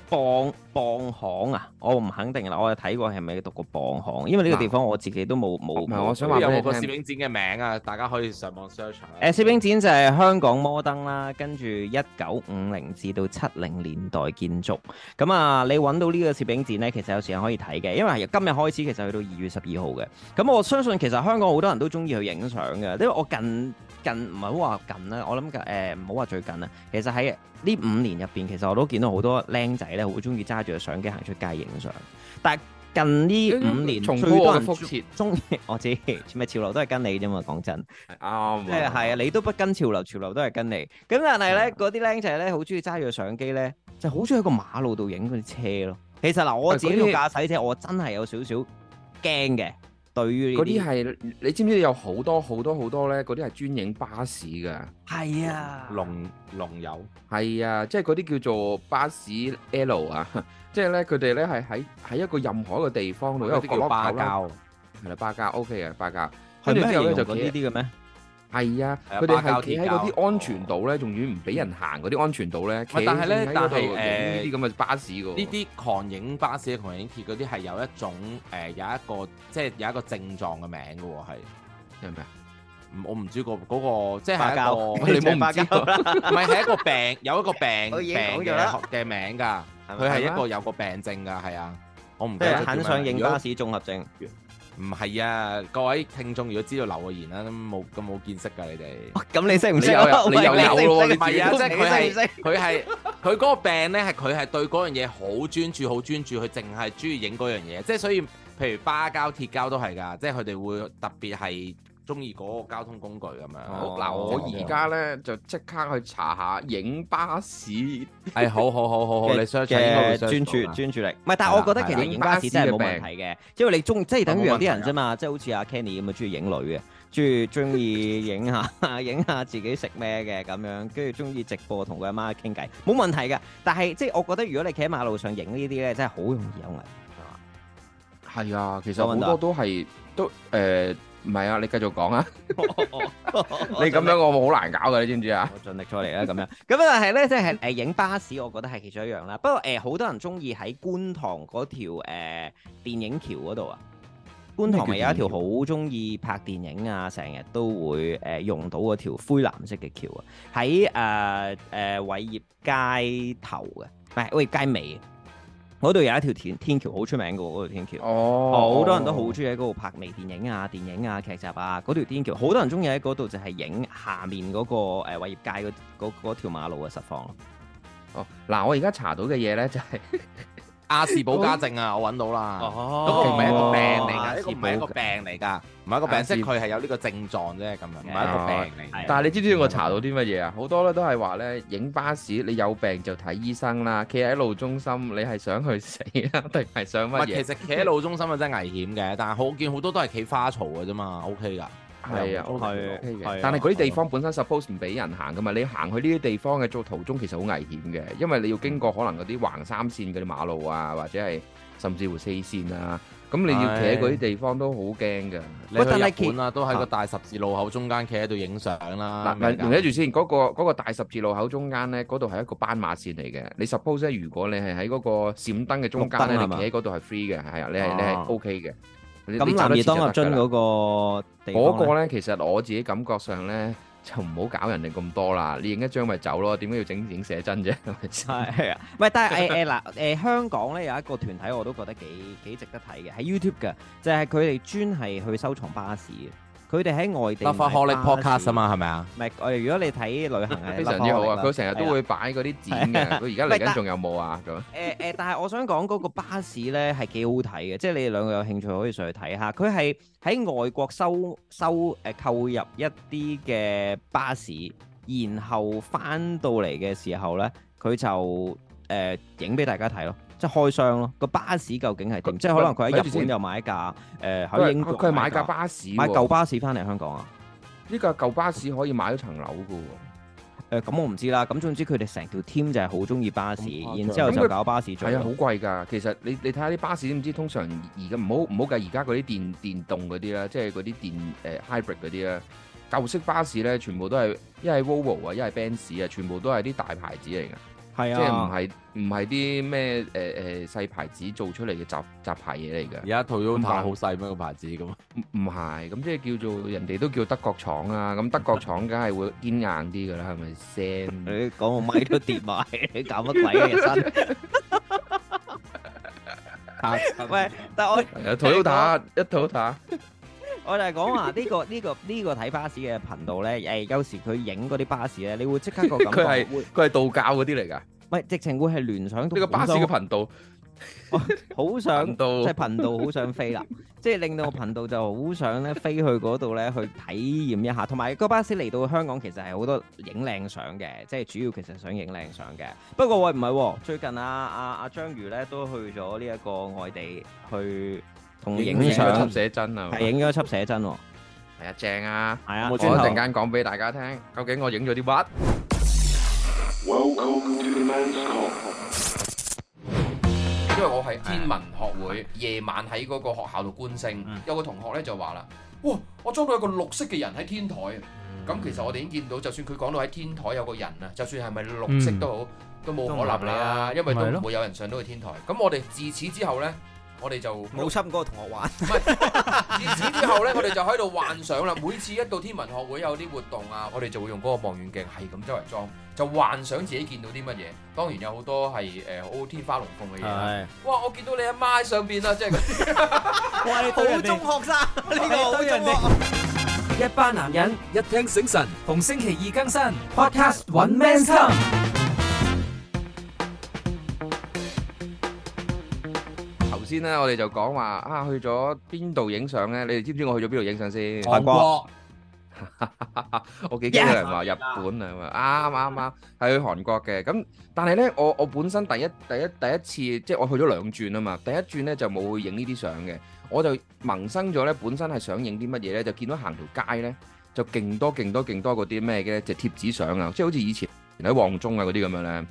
Speaker 2: 磅磅行啊？我唔肯定啦，我有睇過係咪讀過磅行，因為呢個地方我自己都冇冇。
Speaker 3: 唔係我想話
Speaker 4: 咁
Speaker 3: 俾
Speaker 4: 有
Speaker 3: 你
Speaker 4: 冇個
Speaker 3: 聽
Speaker 4: 攝影展嘅名啊？大家可以上網 search 下啦。
Speaker 2: 誒呃攝影展就係香港摩登啦，跟住一九五零至到七零年代建築。咁啊，你揾到呢個攝影展呢，其實有時間可以睇嘅，因為由今日開始其實去到二月十二號嘅。咁我相信其實香港好多人都中意去影相嘅，因為我近近唔係好話近啦，我諗近誒唔好話最近啦，其實喺呢五年入邊，其實我都見到好多僆仔咧好中意揸住個相機行出街影相，但係近呢五年
Speaker 3: 嗯重
Speaker 2: 最
Speaker 3: 複
Speaker 2: 多
Speaker 3: 我嘅
Speaker 2: 人
Speaker 3: 覆轍，
Speaker 2: 中意我知咩潮流都係跟你啫嘛，講真。
Speaker 3: 係啱
Speaker 2: 即係係啊，你都不跟潮流，潮流都係跟你。咁但係咧，嗰啲僆仔咧，好中意揸住個相機咧，就好中意喺個馬路度影嗰啲車咯。其實嗱，我
Speaker 3: 喂
Speaker 2: 自己
Speaker 3: 嗰
Speaker 2: 做
Speaker 3: 啲
Speaker 2: 駕駛者，我真係有少少驚嘅。對於呢
Speaker 3: 嗰啲係你知唔知有好多好多好多咧？嗰啲係專影巴士㗎。
Speaker 2: 係啊，
Speaker 4: 龍龍友
Speaker 3: 係啊，即係嗰啲叫做巴士 L 啊， 即係咧佢哋咧係喺喺一個任何一個地方度，一
Speaker 4: 嗰
Speaker 3: 個
Speaker 4: 啲
Speaker 3: 角
Speaker 4: 叫
Speaker 3: 落
Speaker 4: 巴
Speaker 3: 頭啦，
Speaker 4: 膠，
Speaker 3: 係啦，巴架 OK 嘅巴架，
Speaker 2: 係
Speaker 3: 跟住
Speaker 2: 咩
Speaker 3: 之
Speaker 2: 形
Speaker 3: 後咧
Speaker 2: 容
Speaker 3: 就
Speaker 2: 過
Speaker 3: 企
Speaker 2: 呢
Speaker 3: 喺
Speaker 2: 啲嘅咩？
Speaker 3: 係啊，
Speaker 4: 係啊
Speaker 3: 佢哋係
Speaker 4: 巴膠
Speaker 3: 企
Speaker 4: 鐵
Speaker 3: 喺嗰
Speaker 4: 膠
Speaker 3: 啲安全島咧，仲要唔俾人行嗰啲安全島咧，企
Speaker 4: 喂但係咧
Speaker 3: 企喺
Speaker 4: 但
Speaker 3: 嗰
Speaker 4: 係
Speaker 3: 度影呢啲
Speaker 4: 誒
Speaker 3: 咁嘅巴士㗎喎。
Speaker 4: 呢啲狂影巴士、狂影鐵嗰啲係有一種誒、有一個即係有一個症狀嘅名嘅喎，係
Speaker 3: 係咪啊？
Speaker 4: 唔我唔知個嗰、個即係
Speaker 2: 巴
Speaker 4: 一個
Speaker 2: 膠，
Speaker 3: 你冇唔
Speaker 2: 巴
Speaker 3: 知
Speaker 2: 膠啦，
Speaker 4: 唔係係一個病有一個病
Speaker 2: 我已經講
Speaker 4: 病
Speaker 2: 咗啦
Speaker 4: 嘅嘅名㗎，佢
Speaker 2: 佢
Speaker 4: 係
Speaker 2: 係
Speaker 4: 一個有個病症㗎，係啊，我唔
Speaker 2: 即
Speaker 4: 記
Speaker 2: 係
Speaker 4: 得咗叫
Speaker 2: 很
Speaker 4: 咩
Speaker 2: 想
Speaker 4: 名
Speaker 2: 影
Speaker 4: 如果
Speaker 2: 巴士綜合症。
Speaker 4: 唔係啊，各位聽眾如果知道留個言啦，咁冇咁冇見識㗎你哋。
Speaker 2: 咁你識唔識
Speaker 3: 你
Speaker 2: 啊？
Speaker 3: 又有你又
Speaker 2: 喂
Speaker 3: 有咯喎
Speaker 2: 你
Speaker 3: 你自己
Speaker 2: 識唔識
Speaker 4: 唔係啊即係佢係
Speaker 2: 你識唔識
Speaker 4: 佢係佢嗰個病咧，係佢係對嗰樣嘢好專注，好專注，佢淨係中意影嗰樣嘢。即係所以，譬如巴膠、鐵膠都係㗎，即係佢哋會特別係中意嗰個交通工具咁樣。
Speaker 2: 哦
Speaker 3: 嗱，我而家咧就即刻去查下影巴士
Speaker 4: 係哎好好好好好，你 search 下應該
Speaker 2: 嘅
Speaker 4: 會 search
Speaker 2: 專注
Speaker 4: 到㗎
Speaker 2: 專注力，唔係，但係
Speaker 4: 係啦
Speaker 2: 我覺得其
Speaker 4: 係
Speaker 2: 實
Speaker 4: 啦
Speaker 2: 影巴士真係冇問題嘅，因為你中即係等於有啲人啫嘛，即係好似阿 Kenny 咁啊，中意影女嘅，中意中意影下 影下自己食咩嘅咁樣，跟住中意直播同佢阿媽傾偈，冇問題嘅。但係即係我覺得如果你企喺馬路上影呢啲咧，真係好容易有危。
Speaker 3: 係啊，其實
Speaker 2: 有
Speaker 3: 好
Speaker 2: 問
Speaker 3: 多都係都誒唔係啊，你繼續講啊，你
Speaker 2: 你
Speaker 3: 咁樣 我好難搞㗎，你知唔知啊？
Speaker 2: 我盡力再嚟啦，咁樣。咁但係咧，即係誒影巴士，我覺得係其中一樣啦。不過誒，好、多人中意喺觀塘嗰條誒、呃、電影橋嗰度啊。觀塘咪有一條好中意拍電影啊，成日都會誒、呃用到嗰條灰藍色嘅橋啊，喺誒誒偉業街頭嘅，唔係喂街尾嗰度有一條天天橋，好出名嘅喎，嗰條天橋。
Speaker 3: 哦
Speaker 2: 好多人都好中意喺嗰度拍微電影啊、電影啊、劇集啊，嗰條天橋，好多人中意喺嗰度就係影下面嗰、個誒偉業街嗰嗰嗰條馬路嘅實況咯。
Speaker 3: 哦，嗱，我而家查到嘅嘢咧就係、
Speaker 4: 亞視保家症啊，我揾到啦。
Speaker 2: 哦
Speaker 4: 嗰個唔係一個病嚟
Speaker 3: 哦
Speaker 4: 㗎，呢個唔係一個病嚟㗎，唔係一個病，
Speaker 3: 亞視
Speaker 4: 即係佢係有呢個症狀啫，咁樣唔係一個病嚟
Speaker 2: 哦係
Speaker 4: 㗎。
Speaker 3: 但係你知唔知我查到啲乜嘢啊？好多咧都係話咧，影巴士你有病就睇醫生啦，企喺路中心你係想去死啊， 定係想
Speaker 4: 唔係
Speaker 3: 乜
Speaker 4: 其
Speaker 3: 嘢？
Speaker 4: 實企喺路中心啊，真係危險嘅。但係好見好多都係企花槽嘅啫嘛，OK 㗎。
Speaker 3: 係啊
Speaker 4: 我
Speaker 2: 係
Speaker 3: ，OK
Speaker 2: 啊
Speaker 3: 嘅
Speaker 2: 係啊
Speaker 3: 但係嗰啲地方本身 suppose 唔俾人行噶嘛，你行去呢啲地方嘅做途中其實好危險嘅，因為你要經過可能嗰啲橫三線嗰啲馬路啊，或者係甚至乎四線啊，咁你要企喺嗰啲地方都好驚㗎。
Speaker 4: 你
Speaker 2: 喂
Speaker 4: 去
Speaker 2: 但係
Speaker 4: 日
Speaker 2: 其
Speaker 4: 本啊，都喺個大十字路口中間企喺度影相
Speaker 2: 啊
Speaker 4: 啦。
Speaker 3: 嗱
Speaker 4: 咩
Speaker 3: 嗱，
Speaker 4: 㗎
Speaker 3: 用一住先，嗰、個嗰個大十字路口中間咧，嗰度係一個斑馬線嚟嘅。你 suppose 咧，如果你係喺嗰個閃燈嘅中間
Speaker 2: 綠燈
Speaker 3: 咧，你
Speaker 2: 係嘛
Speaker 3: 企喺嗰度係 free 嘅，係啊，你係
Speaker 4: 哦
Speaker 3: 你係 OK 嘅。你
Speaker 2: 咁
Speaker 3: 你走
Speaker 2: 南二
Speaker 3: 得切
Speaker 2: 當入
Speaker 3: 就
Speaker 2: 津
Speaker 3: 得㗎啦
Speaker 2: 嗰個地方
Speaker 3: 嗰
Speaker 2: 呢
Speaker 3: 個咧，其實我自己感覺上咧，就唔好搞人哋咁多啦。你影一張咪走咯，點解要整影 寫真啫？係咪先
Speaker 2: 係啊，唔係，但係誒誒嗱誒香港咧有一個團體我都覺得幾幾值得睇嘅，喺 YouTube 嘅，就係佢哋專係去收藏巴士嘅，佢哋喺外地
Speaker 4: 立法學
Speaker 2: 買
Speaker 4: 力
Speaker 2: 巴士
Speaker 4: podcast 啊，嘛，係咪啊？
Speaker 2: 唔係我哋如果你睇旅行係
Speaker 3: 非常之好啊！佢成日
Speaker 2: 係啊
Speaker 3: 都
Speaker 2: 啦
Speaker 3: 會擺嗰啲展嘅，佢而家嚟緊仲有冇啊？咁
Speaker 2: 誒誒，呃但係我想講嗰個巴士咧係幾好睇嘅，即係你哋兩個有興趣可以上去睇下。佢係喺外國收收誒、購入一啲嘅巴士，然後翻到嚟嘅時候咧，佢就誒影俾大家睇咯。即係開箱咯，個巴士究竟係點？
Speaker 3: 佢
Speaker 2: 即係可能佢
Speaker 3: 咪
Speaker 2: 喺
Speaker 3: 住
Speaker 2: 日
Speaker 3: 先
Speaker 2: 本又買一架，誒、呃喺
Speaker 3: 佢
Speaker 2: 英
Speaker 3: 係
Speaker 2: 國
Speaker 3: 佢係買架
Speaker 2: 一
Speaker 3: 巴士喎，
Speaker 2: 買舊巴士翻嚟香港啊！
Speaker 3: 呢架舊巴士可以買咗層樓嘅喎。
Speaker 2: 誒咁、我唔知啦。咁總之佢哋成條 team 就係好中意巴士，
Speaker 4: 咁誇張
Speaker 2: 然之後
Speaker 3: 咁佢
Speaker 2: 就搞巴士做
Speaker 3: 係啊，好貴㗎。其實你你睇下啲巴士，知唔知通常而家唔好唔好計而家嗰啲電電動嗰啲啦，即係嗰啲電誒、呃 hybrid 嗰啲啦。舊式巴士咧，全部都係一係 Volvo 啊，一係 Benz 啊，全部都係啲大牌子嚟㗎，
Speaker 2: 係
Speaker 3: 即
Speaker 2: 啊，
Speaker 3: 係唔係唔係啲咩誒誒細牌子做出嚟嘅雜雜牌嘢嚟㗎
Speaker 4: 而。家 Toyota
Speaker 3: 咁大
Speaker 4: 好細咩個牌子咁？
Speaker 3: 唔唔係，咁即係叫做人哋都叫德國廠啊，咁德國廠梗係會堅硬啲㗎啦，係咪 先？
Speaker 2: 你講我咪都跌埋，你搞乜鬼嘅 人生？喂，但我
Speaker 3: 係啊，土佬打一土打，
Speaker 2: 我就係講話呢個呢、個呢、個睇巴士嘅頻道咧，誒有時佢影嗰啲巴士咧，你會即刻個感覺
Speaker 3: 佢係
Speaker 2: 會，唔
Speaker 3: 佢係道教嗰啲嚟㗎。呢
Speaker 2: 係直情會係聯想到
Speaker 3: 個巴士嘅頻道，
Speaker 2: 好想
Speaker 3: 頻道
Speaker 2: 即係頻道好想 飛啦，即係令到個頻道就好想咧飛去嗰度咧去體驗一下，同埋個巴士嚟到香港其實係好多影靚相嘅，即係主要其實想影靚相嘅。不過喂唔係喎，最近啊啊啊章魚咧都去咗呢一個外地去同影相
Speaker 3: 輯，寫真啊，
Speaker 2: 係影咗輯寫真喎，
Speaker 3: 係啊，正啊！
Speaker 2: 係啊，
Speaker 3: 我
Speaker 4: 我
Speaker 3: 一
Speaker 4: 轉頭
Speaker 3: 陣間講俾大家聽，究竟我影咗啲乜？
Speaker 1: Welcome to the man's call.
Speaker 3: 因為我係天文學會，夜晚喺嗰個學校度觀星，有個同學咧就話啦：，哇！我裝到有個綠色嘅人喺天台啊！咁其實我哋已經見到，就算佢講到喺天台有個人啊，就算係咪綠色都好，都冇可能啦，因為都
Speaker 5: 咪係
Speaker 3: 唔
Speaker 5: 咯
Speaker 3: 會有人上到去天台。咁我哋自此之後咧，我哋就
Speaker 6: 冇侵嗰個同學玩，
Speaker 3: 自此之後咧，我哋就喺度幻想啦。每次一到天文學會有啲活動啊，我哋就會用嗰個望遠鏡係咁周圍裝，就幻想自己見到啲乜嘢。當然有好多係誒好天花龍鳳嘅嘢啦。哇！我見到你阿媽喺上邊啦，即係咁。
Speaker 5: 哇！你
Speaker 6: 好
Speaker 5: 對人
Speaker 6: 中
Speaker 5: 哋
Speaker 6: 學生 呢個好中學。
Speaker 5: 一班男人一聽醒神，逢星期二更新 Podcast 揾 Man Come。
Speaker 3: 頭先咧，我哋就講話啊，去咗邊度影相咧？你哋知唔知我去咗邊度影相先？
Speaker 4: 韓國
Speaker 3: 我幾驚有人話日本啊，嘛，啱啱啱，係去韓國嘅。咁但係咧，我我本身第一第一第一次，即係我去咗兩轉啊嘛。第一轉咧就冇去影呢啲相嘅，我就萌生咗咧，本身係想影啲乜嘢咧，就見到行條街咧就勁多勁多勁多嗰啲咩嘅咧，就貼紙相啊，即係好似以前喺旺中啊嗰啲咁樣咧。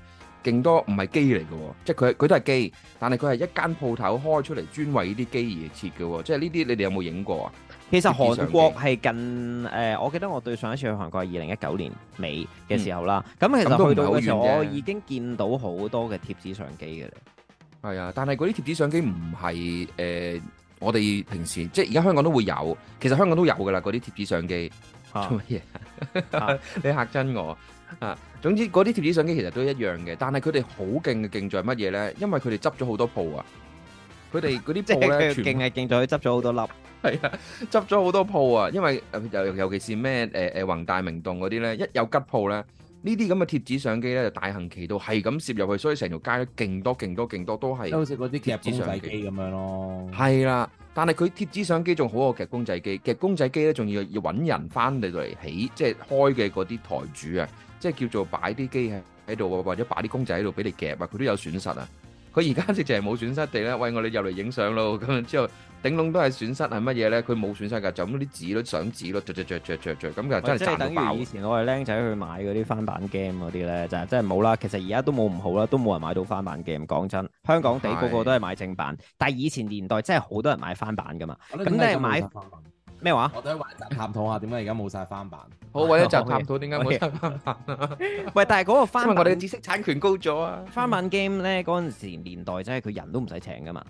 Speaker 3: 勁多唔係機嚟嘅喎，即係佢佢都係機，但係佢係一間鋪頭開出嚟專為呢啲機而設嘅喎，即係呢啲你哋有冇影過啊？
Speaker 2: 其實
Speaker 3: 貼紙
Speaker 2: 韓
Speaker 3: 相
Speaker 2: 國係近誒、呃我記得我對上一次去韓國係二零一九年尾嘅時候啦。
Speaker 6: 嗯
Speaker 2: 咁、其
Speaker 3: 咁都
Speaker 2: 實
Speaker 3: 唔
Speaker 2: 去到
Speaker 3: 係好
Speaker 2: 嘅時候，
Speaker 3: 遠啫
Speaker 2: 我已經見到好多嘅貼紙相機嘅啦。
Speaker 3: 係啊，但係嗰啲貼紙相機唔係誒，我哋平時即係而家香港都會有，其實香港都有㗎啦，嗰啲貼紙相機 做乜嘢？
Speaker 2: 啊
Speaker 3: 你嚇親我啊！總之嗰啲貼紙相機其實都一樣嘅，但係佢哋好勁嘅勁在乜嘢呢？因為佢哋執咗好多鋪啊！佢哋嗰 啲
Speaker 2: 即係
Speaker 3: 鋪呢，
Speaker 2: 佢
Speaker 3: 全
Speaker 2: 勁係勁在佢執咗好多粒。
Speaker 3: 執咗好多鋪啊！因為呃尤尤其是咩誒誒宏大明洞嗰啲咧，一有吉鋪咧，呢啲咁嘅貼紙相機咧就大行其道，係咁攝入去，所以成條街咧勁多勁多勁多都係
Speaker 4: 好似嗰啲夾
Speaker 3: 紙
Speaker 4: 公
Speaker 3: 相
Speaker 4: 仔
Speaker 3: 機
Speaker 4: 機咁樣咯。
Speaker 3: 係啦。但係佢貼紙相機仲好過夾公仔機，夾公仔機咧仲要要揾人翻嚟嚟起，即係開嘅嗰啲台主啊，即係叫做擺啲機喺喺度啊，或者擺啲公仔喺度俾你夾啊，佢都有損失啊。佢而家直情係冇損失地咧，喂我哋入嚟影相咯，咁樣之後頂籠都係損失係乜嘢咧？佢冇損失㗎，就咁啲紙咯、相紙咯，著著著著著著咁就真係
Speaker 2: 即係
Speaker 3: 賺到
Speaker 2: 等
Speaker 3: 爆
Speaker 2: 於以。前我哋僆仔去買嗰啲翻版 game 嗰啲咧，就係真係冇啦。其實而家都冇唔好啦，都冇人買到翻版 game。講真，香港地
Speaker 3: 哦係
Speaker 2: 個個都係買正版，但係以前年代真係好多人買翻版噶嘛。咁你係買
Speaker 4: 我
Speaker 2: 咩話？
Speaker 4: 哋喺玩集探討下點解而家冇晒翻版。
Speaker 3: 好，為咗集探討點解冇得翻版啊？
Speaker 2: 喂，但係嗰個
Speaker 3: 因為
Speaker 2: 翻
Speaker 3: 我哋
Speaker 2: 版
Speaker 3: 嘅知識產權高咗啊！
Speaker 2: 翻版 game 咧，嗰陣時年代真係佢人都唔使請噶嘛。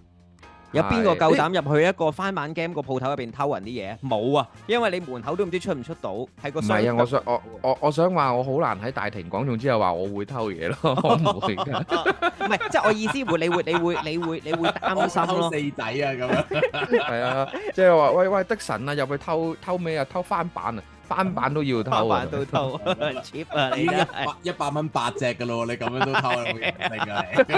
Speaker 2: 有邊個
Speaker 3: 係
Speaker 2: 夠膽入去一個翻版 game 個鋪頭入邊偷人啲嘢？冇啊，因為你門口都唔知出唔出到，係個
Speaker 3: 唔
Speaker 2: 商
Speaker 3: 係啊！我
Speaker 2: 場
Speaker 3: 想我我我想話我好難喺大庭廣眾之下話我會偷嘢 咯，我唔會 㗎。
Speaker 2: 唔係，即係我意思會，你會，你會，你會，你會擔心咯。
Speaker 4: 四仔啊咁樣。
Speaker 3: 係啊，即係話喂喂的神啊，入去偷偷咩啊？偷翻版啊，翻版都要偷啊
Speaker 2: 扮！到偷 cheap 啊！你真係。
Speaker 4: 一百蚊八隻噶咯，你咁樣都偷你會明啊你！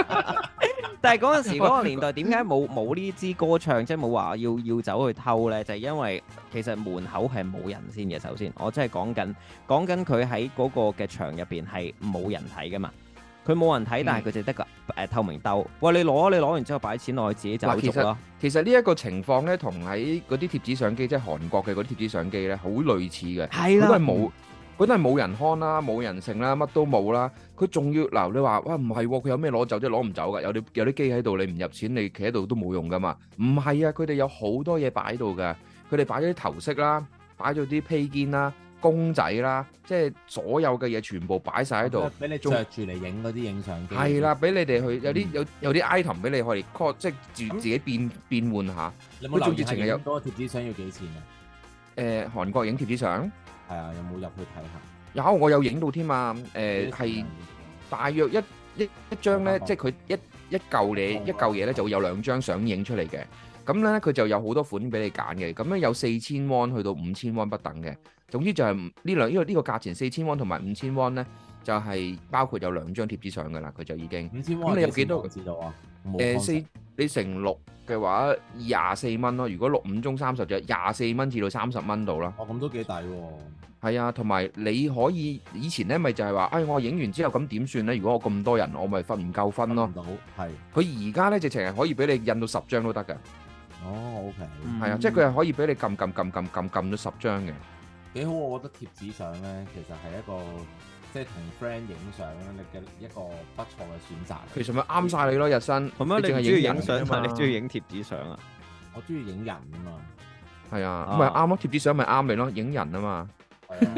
Speaker 2: 但係嗰 陣時嗰個年代點解冇冇呢支歌唱，即係冇話要要走去偷呢？就係、因為其實門口係冇人先嘅。首先，我真係講緊講緊佢喺嗰個嘅場入邊係冇人睇噶嘛。佢冇人睇，
Speaker 3: 嗯
Speaker 2: 但係佢就得個誒透明兜。喂，你攞你攞完之後擺錢落去自己走
Speaker 3: 嗱其
Speaker 2: 族
Speaker 3: 實
Speaker 2: 咯。
Speaker 3: 其實呢一個情況咧，同喺嗰啲貼紙相機，即係韓國嘅嗰啲貼紙相機咧，好類似嘅。
Speaker 2: 係
Speaker 3: 佢都係
Speaker 2: 啦，
Speaker 3: 冇，佢都係冇人看啦，冇人性啦，乜都冇啦。佢仲要嗱，你話哇唔係喎，佢有咩攞走啫？攞唔走噶，有啲有啲機喺度，你唔入錢，你企喺度都冇用噶嘛。唔係啊，佢哋有好多嘢擺喺度噶，佢哋擺咗啲頭飾啦，擺咗啲披肩啦。公仔啦，即係所有嘅嘢全部擺晒喺度，
Speaker 4: 俾你着住嚟影嗰啲影相機。
Speaker 3: 係啦，，俾你哋去有啲有有啲 item 俾你可以 call，即係自自己變變換下。
Speaker 4: 你有冇
Speaker 3: 佢
Speaker 4: 留
Speaker 3: 仲
Speaker 4: 意
Speaker 3: 要
Speaker 4: 係
Speaker 3: 成日有
Speaker 4: 影嗰個貼紙相要幾錢啊？
Speaker 3: 誒韓國影貼紙相，
Speaker 4: 係啊，有冇入去睇下？
Speaker 3: 有我有影到添啊！誒係大約一一一張咧，
Speaker 4: 嗯
Speaker 3: 即係佢一一嚿嘢
Speaker 4: 嗯
Speaker 3: 一嚿嘢咧就會有兩張相影出嚟嘅。咁咧佢就有好多款俾你揀嘅，咁咧有四千 won 去到五千 won 不等嘅。總之就係呢兩呢個呢個價錢四千 won 同埋五千 won 咧，就係包括有兩張貼紙相㗎啦，佢就已經
Speaker 4: 五千
Speaker 3: 咁
Speaker 4: 蚊，
Speaker 3: 你有幾
Speaker 4: 幾
Speaker 3: 多
Speaker 4: 我知道啊？
Speaker 3: 誒四你乘六嘅話廿四蚊咯，如果六五中三十就廿四蚊至到三十蚊度啦。
Speaker 4: 我咁都幾抵喎。
Speaker 3: 係啊，同埋你可以以前咧，咪就係話，哎，我影完之後咁點算咧？如果我咁多人，我咪分唔夠分咯
Speaker 4: 唔。到係
Speaker 3: 佢而家咧直情係可以俾你印到十張都得㗎，
Speaker 4: 哦，OK，
Speaker 2: 嗯
Speaker 3: 係啊，即係佢係可以俾你撳撳撳撳撳撳到十張嘅。
Speaker 4: 幾好。我覺得貼紙相咧，其實係一個即係同 friend 影相咧嘅一個不錯嘅選擇嚟。
Speaker 3: 其實咪啱晒你咯，日新。
Speaker 2: 咁樣你
Speaker 3: 淨係
Speaker 2: 唔中意
Speaker 3: 人
Speaker 2: 影相
Speaker 3: 啫嘛
Speaker 2: 啊？你中意影貼紙相啊？
Speaker 4: 我中意影人啊 嘛，
Speaker 3: 係啊，
Speaker 2: 啊
Speaker 3: 咁咪啱咯，貼紙相咪啱你咯，影人啊嘛。
Speaker 4: 係啊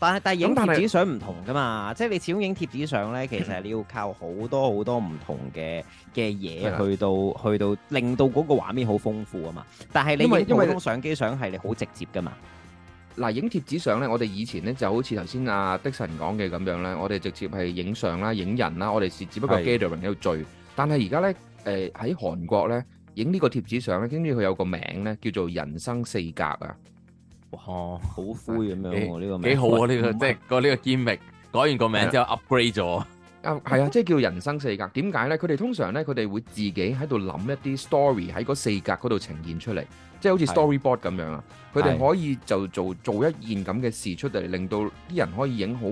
Speaker 2: 但係但係
Speaker 3: 咁
Speaker 2: 影貼
Speaker 3: 但係
Speaker 2: 紙相唔同噶嘛，即係你始終影貼紙相咧，其實你要靠好多好多唔同嘅嘅嘢
Speaker 3: 係啦
Speaker 2: 去到去到令到嗰個畫面好豐富啊嘛。但係你
Speaker 3: 因為
Speaker 2: 影普
Speaker 3: 因為
Speaker 2: 通相機相係你好直接噶嘛，
Speaker 3: 嗱，影貼紙相咧，我哋以前咧就好似頭先阿的神講嘅咁樣咧，我哋直接係影相啦、影人啦，我哋是只不過
Speaker 4: 係
Speaker 3: gathering 喺度聚。但係而家咧，誒、喺韓國咧，影呢個貼紙相咧，跟住佢有個名咧叫做人生四格啊。
Speaker 4: 哦，
Speaker 2: 好灰咁樣喎呢個名
Speaker 4: 幾好啊！呢個
Speaker 2: 唔係
Speaker 4: 即係個呢個 gimmick，改完個名之後 upgrade 咗。
Speaker 3: 啊，係啊，即係叫人生四格。點解呢？佢哋通常呢，佢哋會自己喺度諗一啲 story 喺嗰四格嗰度呈現出嚟，即係好似
Speaker 4: 係
Speaker 3: storyboard 咁樣啊。佢哋
Speaker 4: 係
Speaker 3: 可以就做做一件咁嘅事出嚟，令到啲人可以影好。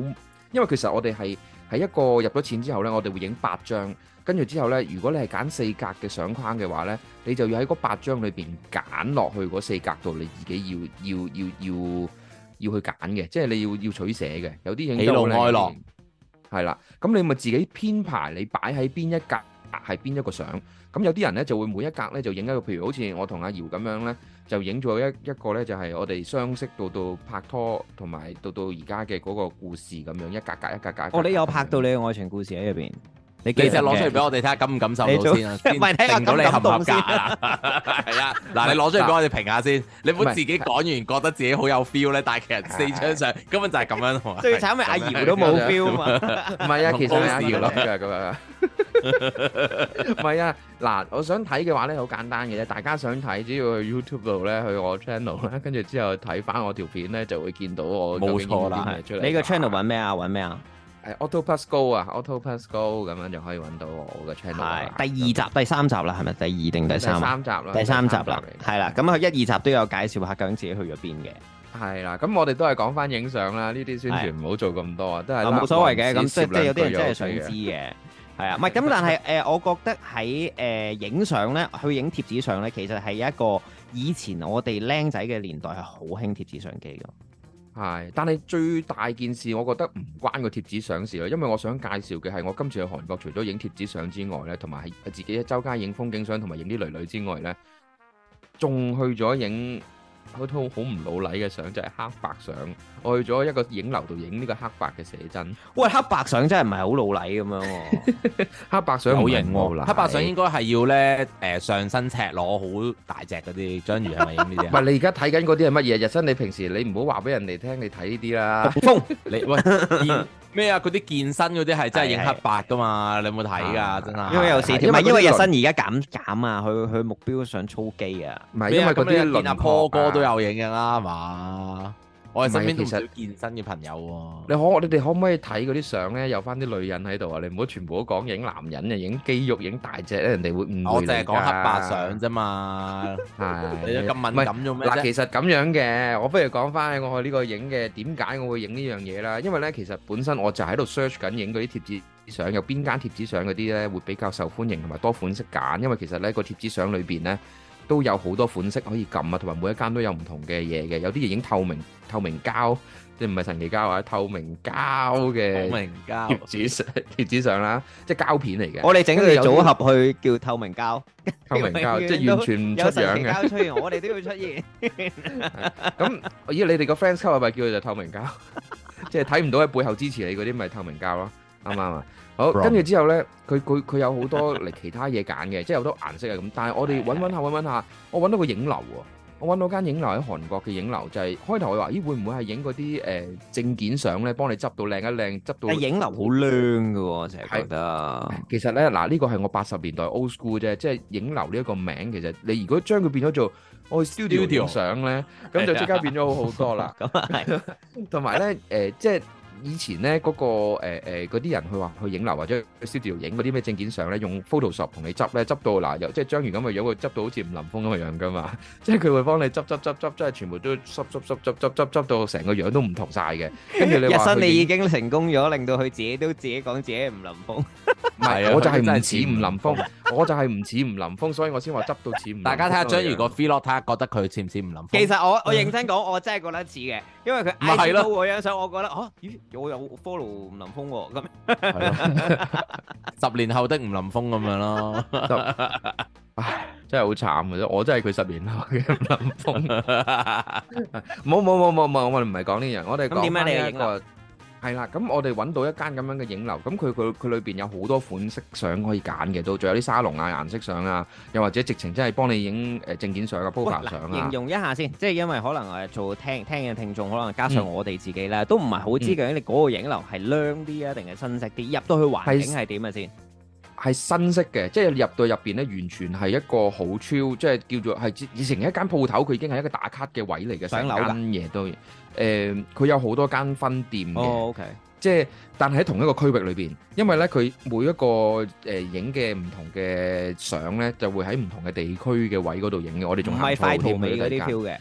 Speaker 3: 因為其實我哋係喺一個入咗錢之後呢，我哋會影八張，跟住之後呢，如果你係揀四格嘅相框嘅話呢，你就要喺嗰八張裏邊揀落去嗰四格度，你自己要要要要要去揀嘅，即係你要要取捨嘅。有啲影
Speaker 4: 喜
Speaker 3: 得
Speaker 4: 怒
Speaker 3: 好靚
Speaker 4: 哀樂。
Speaker 3: 係啦，咁你咪自己編排你擺喺邊一格係邊一個相，咁有啲人呢，就會每一格呢就影一個，譬如好似我同阿姚咁樣呢，就影咗一一個呢，就係我哋相識到到拍拖同埋到到而家嘅嗰個故事咁樣，一格格一格格。
Speaker 2: 哦，你有拍到你嘅愛情故事喺入邊，你
Speaker 4: 你
Speaker 2: 幾
Speaker 4: 就攞出嚟俾我哋睇下感唔感受到先啊，先
Speaker 2: 你做唔係睇下
Speaker 4: 定到你合唔合格
Speaker 2: 感
Speaker 4: 啊？係啊，嗱，你攞出嚟俾我哋評下先，你唔好自己講完覺得自己好有 feel 咧，但係其實四張相根本就係咁樣同埋
Speaker 2: 最慘係阿
Speaker 4: 咁樣
Speaker 2: 姚都冇 feel 啊嘛，
Speaker 3: 唔係啊，
Speaker 4: 同
Speaker 3: 其實係阿
Speaker 4: 公司
Speaker 3: 姚諗㗎咁啊。唔係啊，嗱，我想睇嘅話呢，好簡單嘅啫，大家想睇只要去 YouTube 度呢，去我 channel 啦，跟住之後睇翻我條片呢，就會見到我
Speaker 4: 冇
Speaker 3: 究竟影
Speaker 4: 錯啦
Speaker 3: 啲咩出嚟
Speaker 2: 你個
Speaker 3: 㗎
Speaker 2: channel 揾咩啊？揾咩啊？
Speaker 3: 誒 AutoPass Go 啊，AutoPass Go 咁樣就可以揾到我嘅 channel 啦。
Speaker 2: 係第二集、第三集啦，係咪第二定第
Speaker 3: 第
Speaker 2: 三啊？
Speaker 3: 三集啦，
Speaker 2: 第三集啦，
Speaker 3: 嚟
Speaker 2: 係啦，咁啊佢一二集都有介紹下究竟自己去咗邊嘅。
Speaker 3: 係啦。咁我哋都係講翻影相啦，呢啲宣傳唔好做咁多啊，都係
Speaker 2: 啊
Speaker 3: 啦
Speaker 2: 冇所謂嘅，咁即係
Speaker 3: 攝
Speaker 2: 即係有啲人
Speaker 3: 兩句
Speaker 2: 真係
Speaker 3: 就
Speaker 2: 想
Speaker 3: OK 嘅
Speaker 2: 知嘅，係啊，唔係咁，但係誒、呃我覺得喺誒影相咧，去影貼紙相咧，其實係一個以前我哋僆仔嘅年代係好興貼紙相機嘅，
Speaker 3: 係，但係最大件事，我覺得唔關個貼紙相事咯，因為我想介紹嘅係我今次去韓國，除咗影貼紙相之外咧，同埋係自己喺周街影風景相同埋影啲女女之外咧，仲去咗影好套好唔老禮嘅相，就係、黑白相。我去咗一個影樓度影呢個黑白嘅寫真，
Speaker 2: 喂，黑白相真係唔係好老禮咁 樣喎。
Speaker 3: 黑白相
Speaker 4: 有
Speaker 3: 唔
Speaker 4: 型
Speaker 3: 係
Speaker 4: 喎，
Speaker 3: 老禮
Speaker 4: 黑白相應該係要咧誒、上身赤裸好大隻嗰啲，章魚係咪影呢
Speaker 3: 唔
Speaker 4: 啲啊？
Speaker 3: 係你而家睇緊嗰啲係乜嘢？日新你平時你唔好話俾人哋聽，你睇呢啲
Speaker 4: 哦
Speaker 3: 啦。
Speaker 4: 你喂健咩啊？嗰啲健身嗰啲係真係影
Speaker 2: 係
Speaker 4: 黑白噶嘛？你有冇睇
Speaker 3: 啊
Speaker 4: 噶？真 係
Speaker 2: 因為有四條，唔
Speaker 3: 因為
Speaker 2: 係因為日
Speaker 3: 嗰啲
Speaker 2: 新而家減減啊，佢佢目標想操肌啊。
Speaker 3: 唔係
Speaker 4: 咩
Speaker 3: 因
Speaker 4: 啊
Speaker 3: 為嗰
Speaker 4: 咁
Speaker 3: 啲
Speaker 4: 你見
Speaker 3: 輪
Speaker 4: 阿
Speaker 3: 廓
Speaker 4: 坡哥都
Speaker 3: 啊。
Speaker 4: 有影嘅啦，係嘛？我哋身邊都
Speaker 3: 唔係其
Speaker 4: 唔少
Speaker 3: 實
Speaker 4: 健身嘅朋友喎。
Speaker 3: 你可你哋可唔可以睇嗰啲相咧？有翻啲女人喺度啊！你唔好全部都講影男人啊，影肌肉、影大隻咧，人哋會誤會
Speaker 4: 我淨
Speaker 3: 係
Speaker 4: 係講黑白相啫嘛，
Speaker 3: 係
Speaker 4: 你都咁敏
Speaker 3: 唔係
Speaker 4: 感做咩
Speaker 3: 嗱，
Speaker 4: 啫？
Speaker 3: 其實咁樣嘅，我不如講翻我去呢個影嘅點解我會影呢樣嘢啦。因為咧，其實本身我就喺度 search 緊影嗰啲貼紙相，有邊間貼紙相嗰啲咧會比較受歡迎同埋多款式揀。因為其實咧個貼紙相裏邊咧都有好多款式可以撳啊，同埋每一間都有唔同嘅嘢嘅。有啲嘢影透明透明膠，即係唔係神奇膠啊，透明膠
Speaker 4: 透
Speaker 3: 嘅
Speaker 4: 明膠
Speaker 3: 貼紙相貼紙相啦，即係膠片嚟嘅。
Speaker 2: 我哋整個組合去叫 透明膠，
Speaker 3: 透明膠，即係完全唔出
Speaker 2: 有神
Speaker 3: 樣
Speaker 2: 奇
Speaker 3: 嘅。
Speaker 2: 膠出現，我哋都要出 現。
Speaker 3: 咁咦，你哋個 friends 溝係咪叫佢做透明膠？ 即係睇唔到喺背後支持你嗰啲，咪透明膠咯，啱唔啱啊？好，
Speaker 4: Wrong
Speaker 3: 跟住之後咧，佢佢佢有好多嚟其他嘢揀嘅， 即係有好多顏色係咁。但係我哋揾揾下揾揾下，我揾到個影樓喎，我揾到間影樓喺韓國嘅影樓，就係、開頭我話咦會唔會係影嗰啲誒證件相咧，幫你執到靚一靚，執到
Speaker 2: 但影樓好靚嘅喎，成日覺得。
Speaker 3: 其實咧，嗱呢個係我八十年代 old school 啫，即係影樓呢一個名，其實你如果將佢變咗做我去 studio
Speaker 4: Studio
Speaker 3: 影相咧，咁就即刻變咗好好 多啦。
Speaker 2: 咁啊係，
Speaker 3: 同埋咧，誒、即係以前咧嗰、個誒誒嗰啲人去話去影樓或者去 studio 影嗰啲咩證件相咧，用 Photoshop 同你執咧，執到嗱又即係章魚咁嘅樣，佢執到好似吳林峰咁嘅樣噶嘛， 即係佢會幫你執執執執，即係全部都執執執執執執執到成個樣都唔同晒嘅。跟住你
Speaker 2: 日
Speaker 3: 話
Speaker 2: 新
Speaker 3: 佢
Speaker 2: 你已
Speaker 3: 影
Speaker 2: 經成功咗，令到佢自己都自己講自己係吳林峰。
Speaker 3: 唔係
Speaker 4: 係啊
Speaker 3: 我就係
Speaker 4: 佢真係
Speaker 3: 唔
Speaker 4: 似
Speaker 3: 似
Speaker 4: 吳
Speaker 3: 吳
Speaker 4: 林
Speaker 3: 林峰，我就係唔似吳林峰，所以我先話執到似吳林峰咁嘅樣。
Speaker 4: 大家睇下章魚個 feel 咯，睇下覺得佢似唔似吳林峰？
Speaker 2: 其實我我認真講，我真係覺得似嘅，因為佢
Speaker 4: 咪係
Speaker 2: IG
Speaker 4: 咯
Speaker 2: po 嗰張相，我覺得嚇，咦，我有 follow 吳林峰喎，咁
Speaker 4: 係啊咯十年後的吳林峰咁樣咯。
Speaker 3: 真係好慘嘅啫，我真係佢十年後嘅吳林 峰。冇冇冇冇冇，我哋唔係講呢樣，我哋
Speaker 2: 咁
Speaker 3: 講
Speaker 2: 點啊
Speaker 3: 翻
Speaker 2: 你嘅
Speaker 3: 呢一
Speaker 2: 影樓
Speaker 3: 個係啦。咁我哋揾到一間咁樣嘅影樓，咁佢佢佢裏邊有好多款式相可以揀嘅，到仲有啲沙龍啊、顏色相啊，又或者直情真係幫你影誒證件相啊、
Speaker 2: 喂
Speaker 3: profile
Speaker 2: 嗱
Speaker 3: 相
Speaker 2: 形
Speaker 3: 啊。
Speaker 2: 容一下先，即係因為可能誒做聽聽嘅聽眾，可能加上
Speaker 3: 嗯
Speaker 2: 我哋自己咧，都唔係好知究竟你嗰個影樓係靚啲啊，定係新式啲？入到去環境係點啊先？
Speaker 3: 係新式嘅，即係入到入邊咧，完全係一個好超，即係叫做係以前一間鋪頭，佢已經係一個打卡嘅位嚟嘅，
Speaker 2: 上
Speaker 3: 成
Speaker 2: 樓㗎
Speaker 3: 間嘢都誒，呃佢、有好多間分店嘅。
Speaker 2: 哦，OK，
Speaker 3: 即係，但係喺同一個區域裏邊，因為咧佢每一個誒、呃影嘅唔同嘅相咧，就會喺唔同嘅地區嘅位嗰度影嘅。我哋
Speaker 2: 唔
Speaker 3: 仲
Speaker 2: 係
Speaker 3: 行
Speaker 2: 快
Speaker 3: 錯
Speaker 2: 圖
Speaker 3: 添啊
Speaker 2: 美嗰
Speaker 3: 呢
Speaker 2: 啲
Speaker 3: 間
Speaker 2: 票嘅，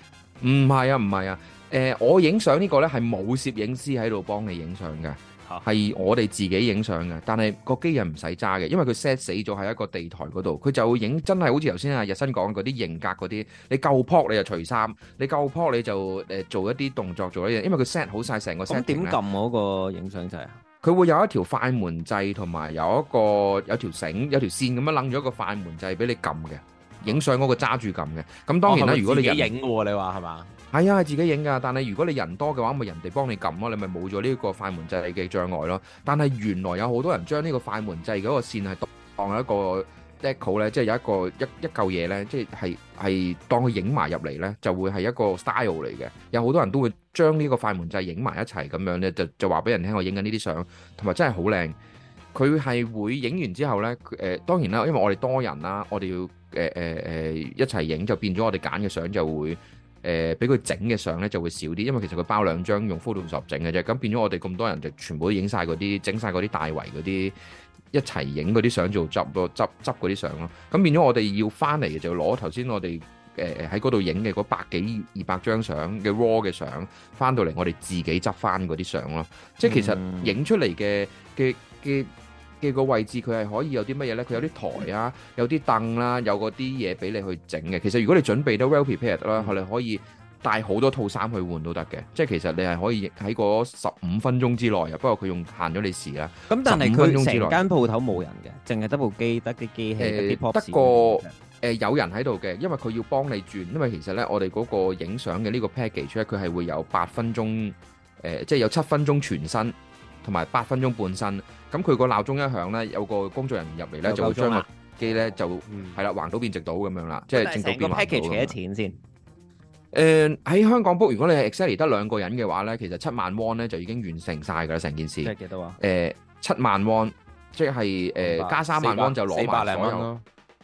Speaker 3: 唔係啊，唔係啊。誒、我影相呢個咧係冇攝影師喺度幫你影相嘅
Speaker 2: 嚇，
Speaker 3: 係、我哋自己影相嘅。但係個機人唔使揸嘅，因為佢 set 死咗喺一個地台嗰度，佢就會影真係好似頭先阿日新講嗰啲型格嗰啲，你夠撲你就除衫，你夠撲你就誒、呃做一啲動作做一啲嘢，因為佢 set 好晒成個 set
Speaker 2: 咁點撳嗰個影相掣啊？
Speaker 3: 佢會有一條快門掣，同埋有一個有條繩、有條線咁樣楞咗一個快門掣俾你撳嘅。影相嗰個揸住撳嘅，咁當然啦。
Speaker 4: 哦係咪
Speaker 3: 如果你
Speaker 4: 自
Speaker 3: 人
Speaker 4: 己影嘅喎，你話係嘛？
Speaker 3: 係啊，係自己影㗎。但係如果你人多嘅話，咪人哋幫你撳咯，你咪冇咗呢個快門掣嘅障礙咯。但係原來有好多人將呢個快門掣嗰個線係當一個 deco 咧，即係有一個一一嚿嘢咧，即係係係當佢影埋入嚟咧，就會係一個 style 嚟嘅。有好多人都會將呢個快門掣影埋一齊咁樣咧，就就話俾人聽我影緊呢啲相，同埋真係好靚。佢係會影完之後咧，佢誒、呃當然啦，因為我哋多人啦，我哋要誒誒誒一齊影，就變咗我哋揀嘅相就會。誒俾佢整嘅相咧就會少啲，因為其實佢包兩張用 Photoshop 整嘅啫，咁變咗我哋咁多人就全部都影晒嗰啲，整晒嗰啲大圍嗰啲一齊影嗰啲相做執咯，執執嗰啲相咯，咁變咗我哋要翻嚟嘅就攞頭先我哋誒誒喺嗰度影嘅嗰百幾二百張相嘅 raw 嘅相，翻到嚟我哋自己執翻嗰啲相咯，即係
Speaker 2: Ừ.
Speaker 3: 其實
Speaker 2: 嗯
Speaker 3: 影出嚟嘅嘅嘅。嘅個位置佢係可以有啲乜嘢呢？佢有啲台啊，有啲凳啦，有嗰啲嘢俾你去整嘅。其實如果你準備得 well prepared 啦，佢哋可以帶好多套衫去換都得嘅。即係其實你係可以喺嗰十五分鐘之內啊。不過佢用限咗你時啦。
Speaker 2: 咁但係
Speaker 3: 15分
Speaker 2: 佢
Speaker 3: 鐘之內
Speaker 2: 成間鋪頭冇人嘅，淨係得部機，得啲機器，
Speaker 3: 誒
Speaker 2: 得啲 pop
Speaker 3: 得個誒呃有人喺度嘅，因為佢要幫你轉，因為其實咧我哋嗰個影相嘅呢個 package 咧，佢係會有八分鐘，誒、呃即係有七分鐘全身，同埋八分鐘半身。咁佢個鬧鐘一響咧，有個工作人員入嚟咧，
Speaker 2: 有
Speaker 3: 就會
Speaker 2: 夠鐘啊
Speaker 3: 將個
Speaker 2: 啦
Speaker 3: 機咧就
Speaker 4: 嗯
Speaker 3: 係啦橫到變直到咁樣啦，即係正到
Speaker 2: 啊成個
Speaker 3: 變橫到
Speaker 2: package
Speaker 3: 咁
Speaker 2: 幾多
Speaker 3: 樣。
Speaker 2: 錢先？
Speaker 3: 誒喺香港 book，如果你係 exactly 得兩個人嘅話咧，其實七萬 won 咧就已經完成晒㗎啦成件事
Speaker 2: 即。係幾多啊？
Speaker 3: 誒七萬 won，即係
Speaker 4: 明
Speaker 3: 誒
Speaker 4: 白
Speaker 3: 加三萬 won 就攞
Speaker 4: 四百
Speaker 3: 埋
Speaker 4: 零
Speaker 3: 所
Speaker 4: 蚊
Speaker 3: 有。
Speaker 4: 咯，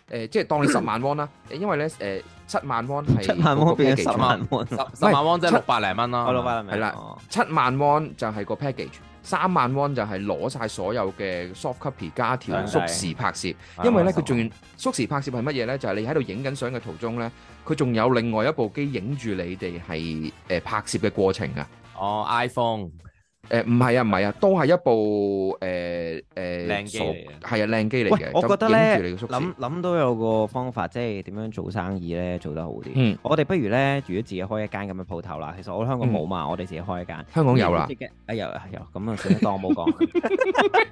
Speaker 3: 誒，即係當你十萬 won 啦，因為咧誒七萬 won 係
Speaker 2: 七萬蚊變咗十萬 蚊，
Speaker 4: 十十萬蚊即係
Speaker 3: 七
Speaker 4: 六百零蚊啦。
Speaker 2: 我老闆
Speaker 3: 係啦
Speaker 2: 哦
Speaker 3: 七萬 won 就係個 package，三萬 won 就係攞晒所有嘅 soft copy 加條
Speaker 2: 兩
Speaker 3: 縮
Speaker 2: 劑
Speaker 3: 時拍攝，
Speaker 4: 係
Speaker 3: 因為咧
Speaker 4: 係
Speaker 3: 佢仲要縮時拍攝係乜嘢咧？就係、你喺度影緊相嘅途中咧，佢仲有另外一部機影住你哋係誒拍攝嘅過程啊！
Speaker 4: 哦 iPhone
Speaker 3: 誒唔係啊唔係啊，都係一部誒誒
Speaker 4: 靚機嚟嘅
Speaker 3: 傻係啊靚機嚟
Speaker 2: 喂
Speaker 3: 嘅，，
Speaker 2: 我覺得
Speaker 3: 就
Speaker 2: 咧
Speaker 3: 影住你嘅縮時
Speaker 2: 諗，諗到有個方法，即係點樣做生意咧做得好啲。
Speaker 3: 嗯，
Speaker 2: 我哋不如咧，如果自己開一間咁嘅鋪頭啦，其實我香港冇嘛，我哋自己開一間。
Speaker 3: 香港有啦，
Speaker 2: 嘅，啊有有咁啊，算啦當我冇講。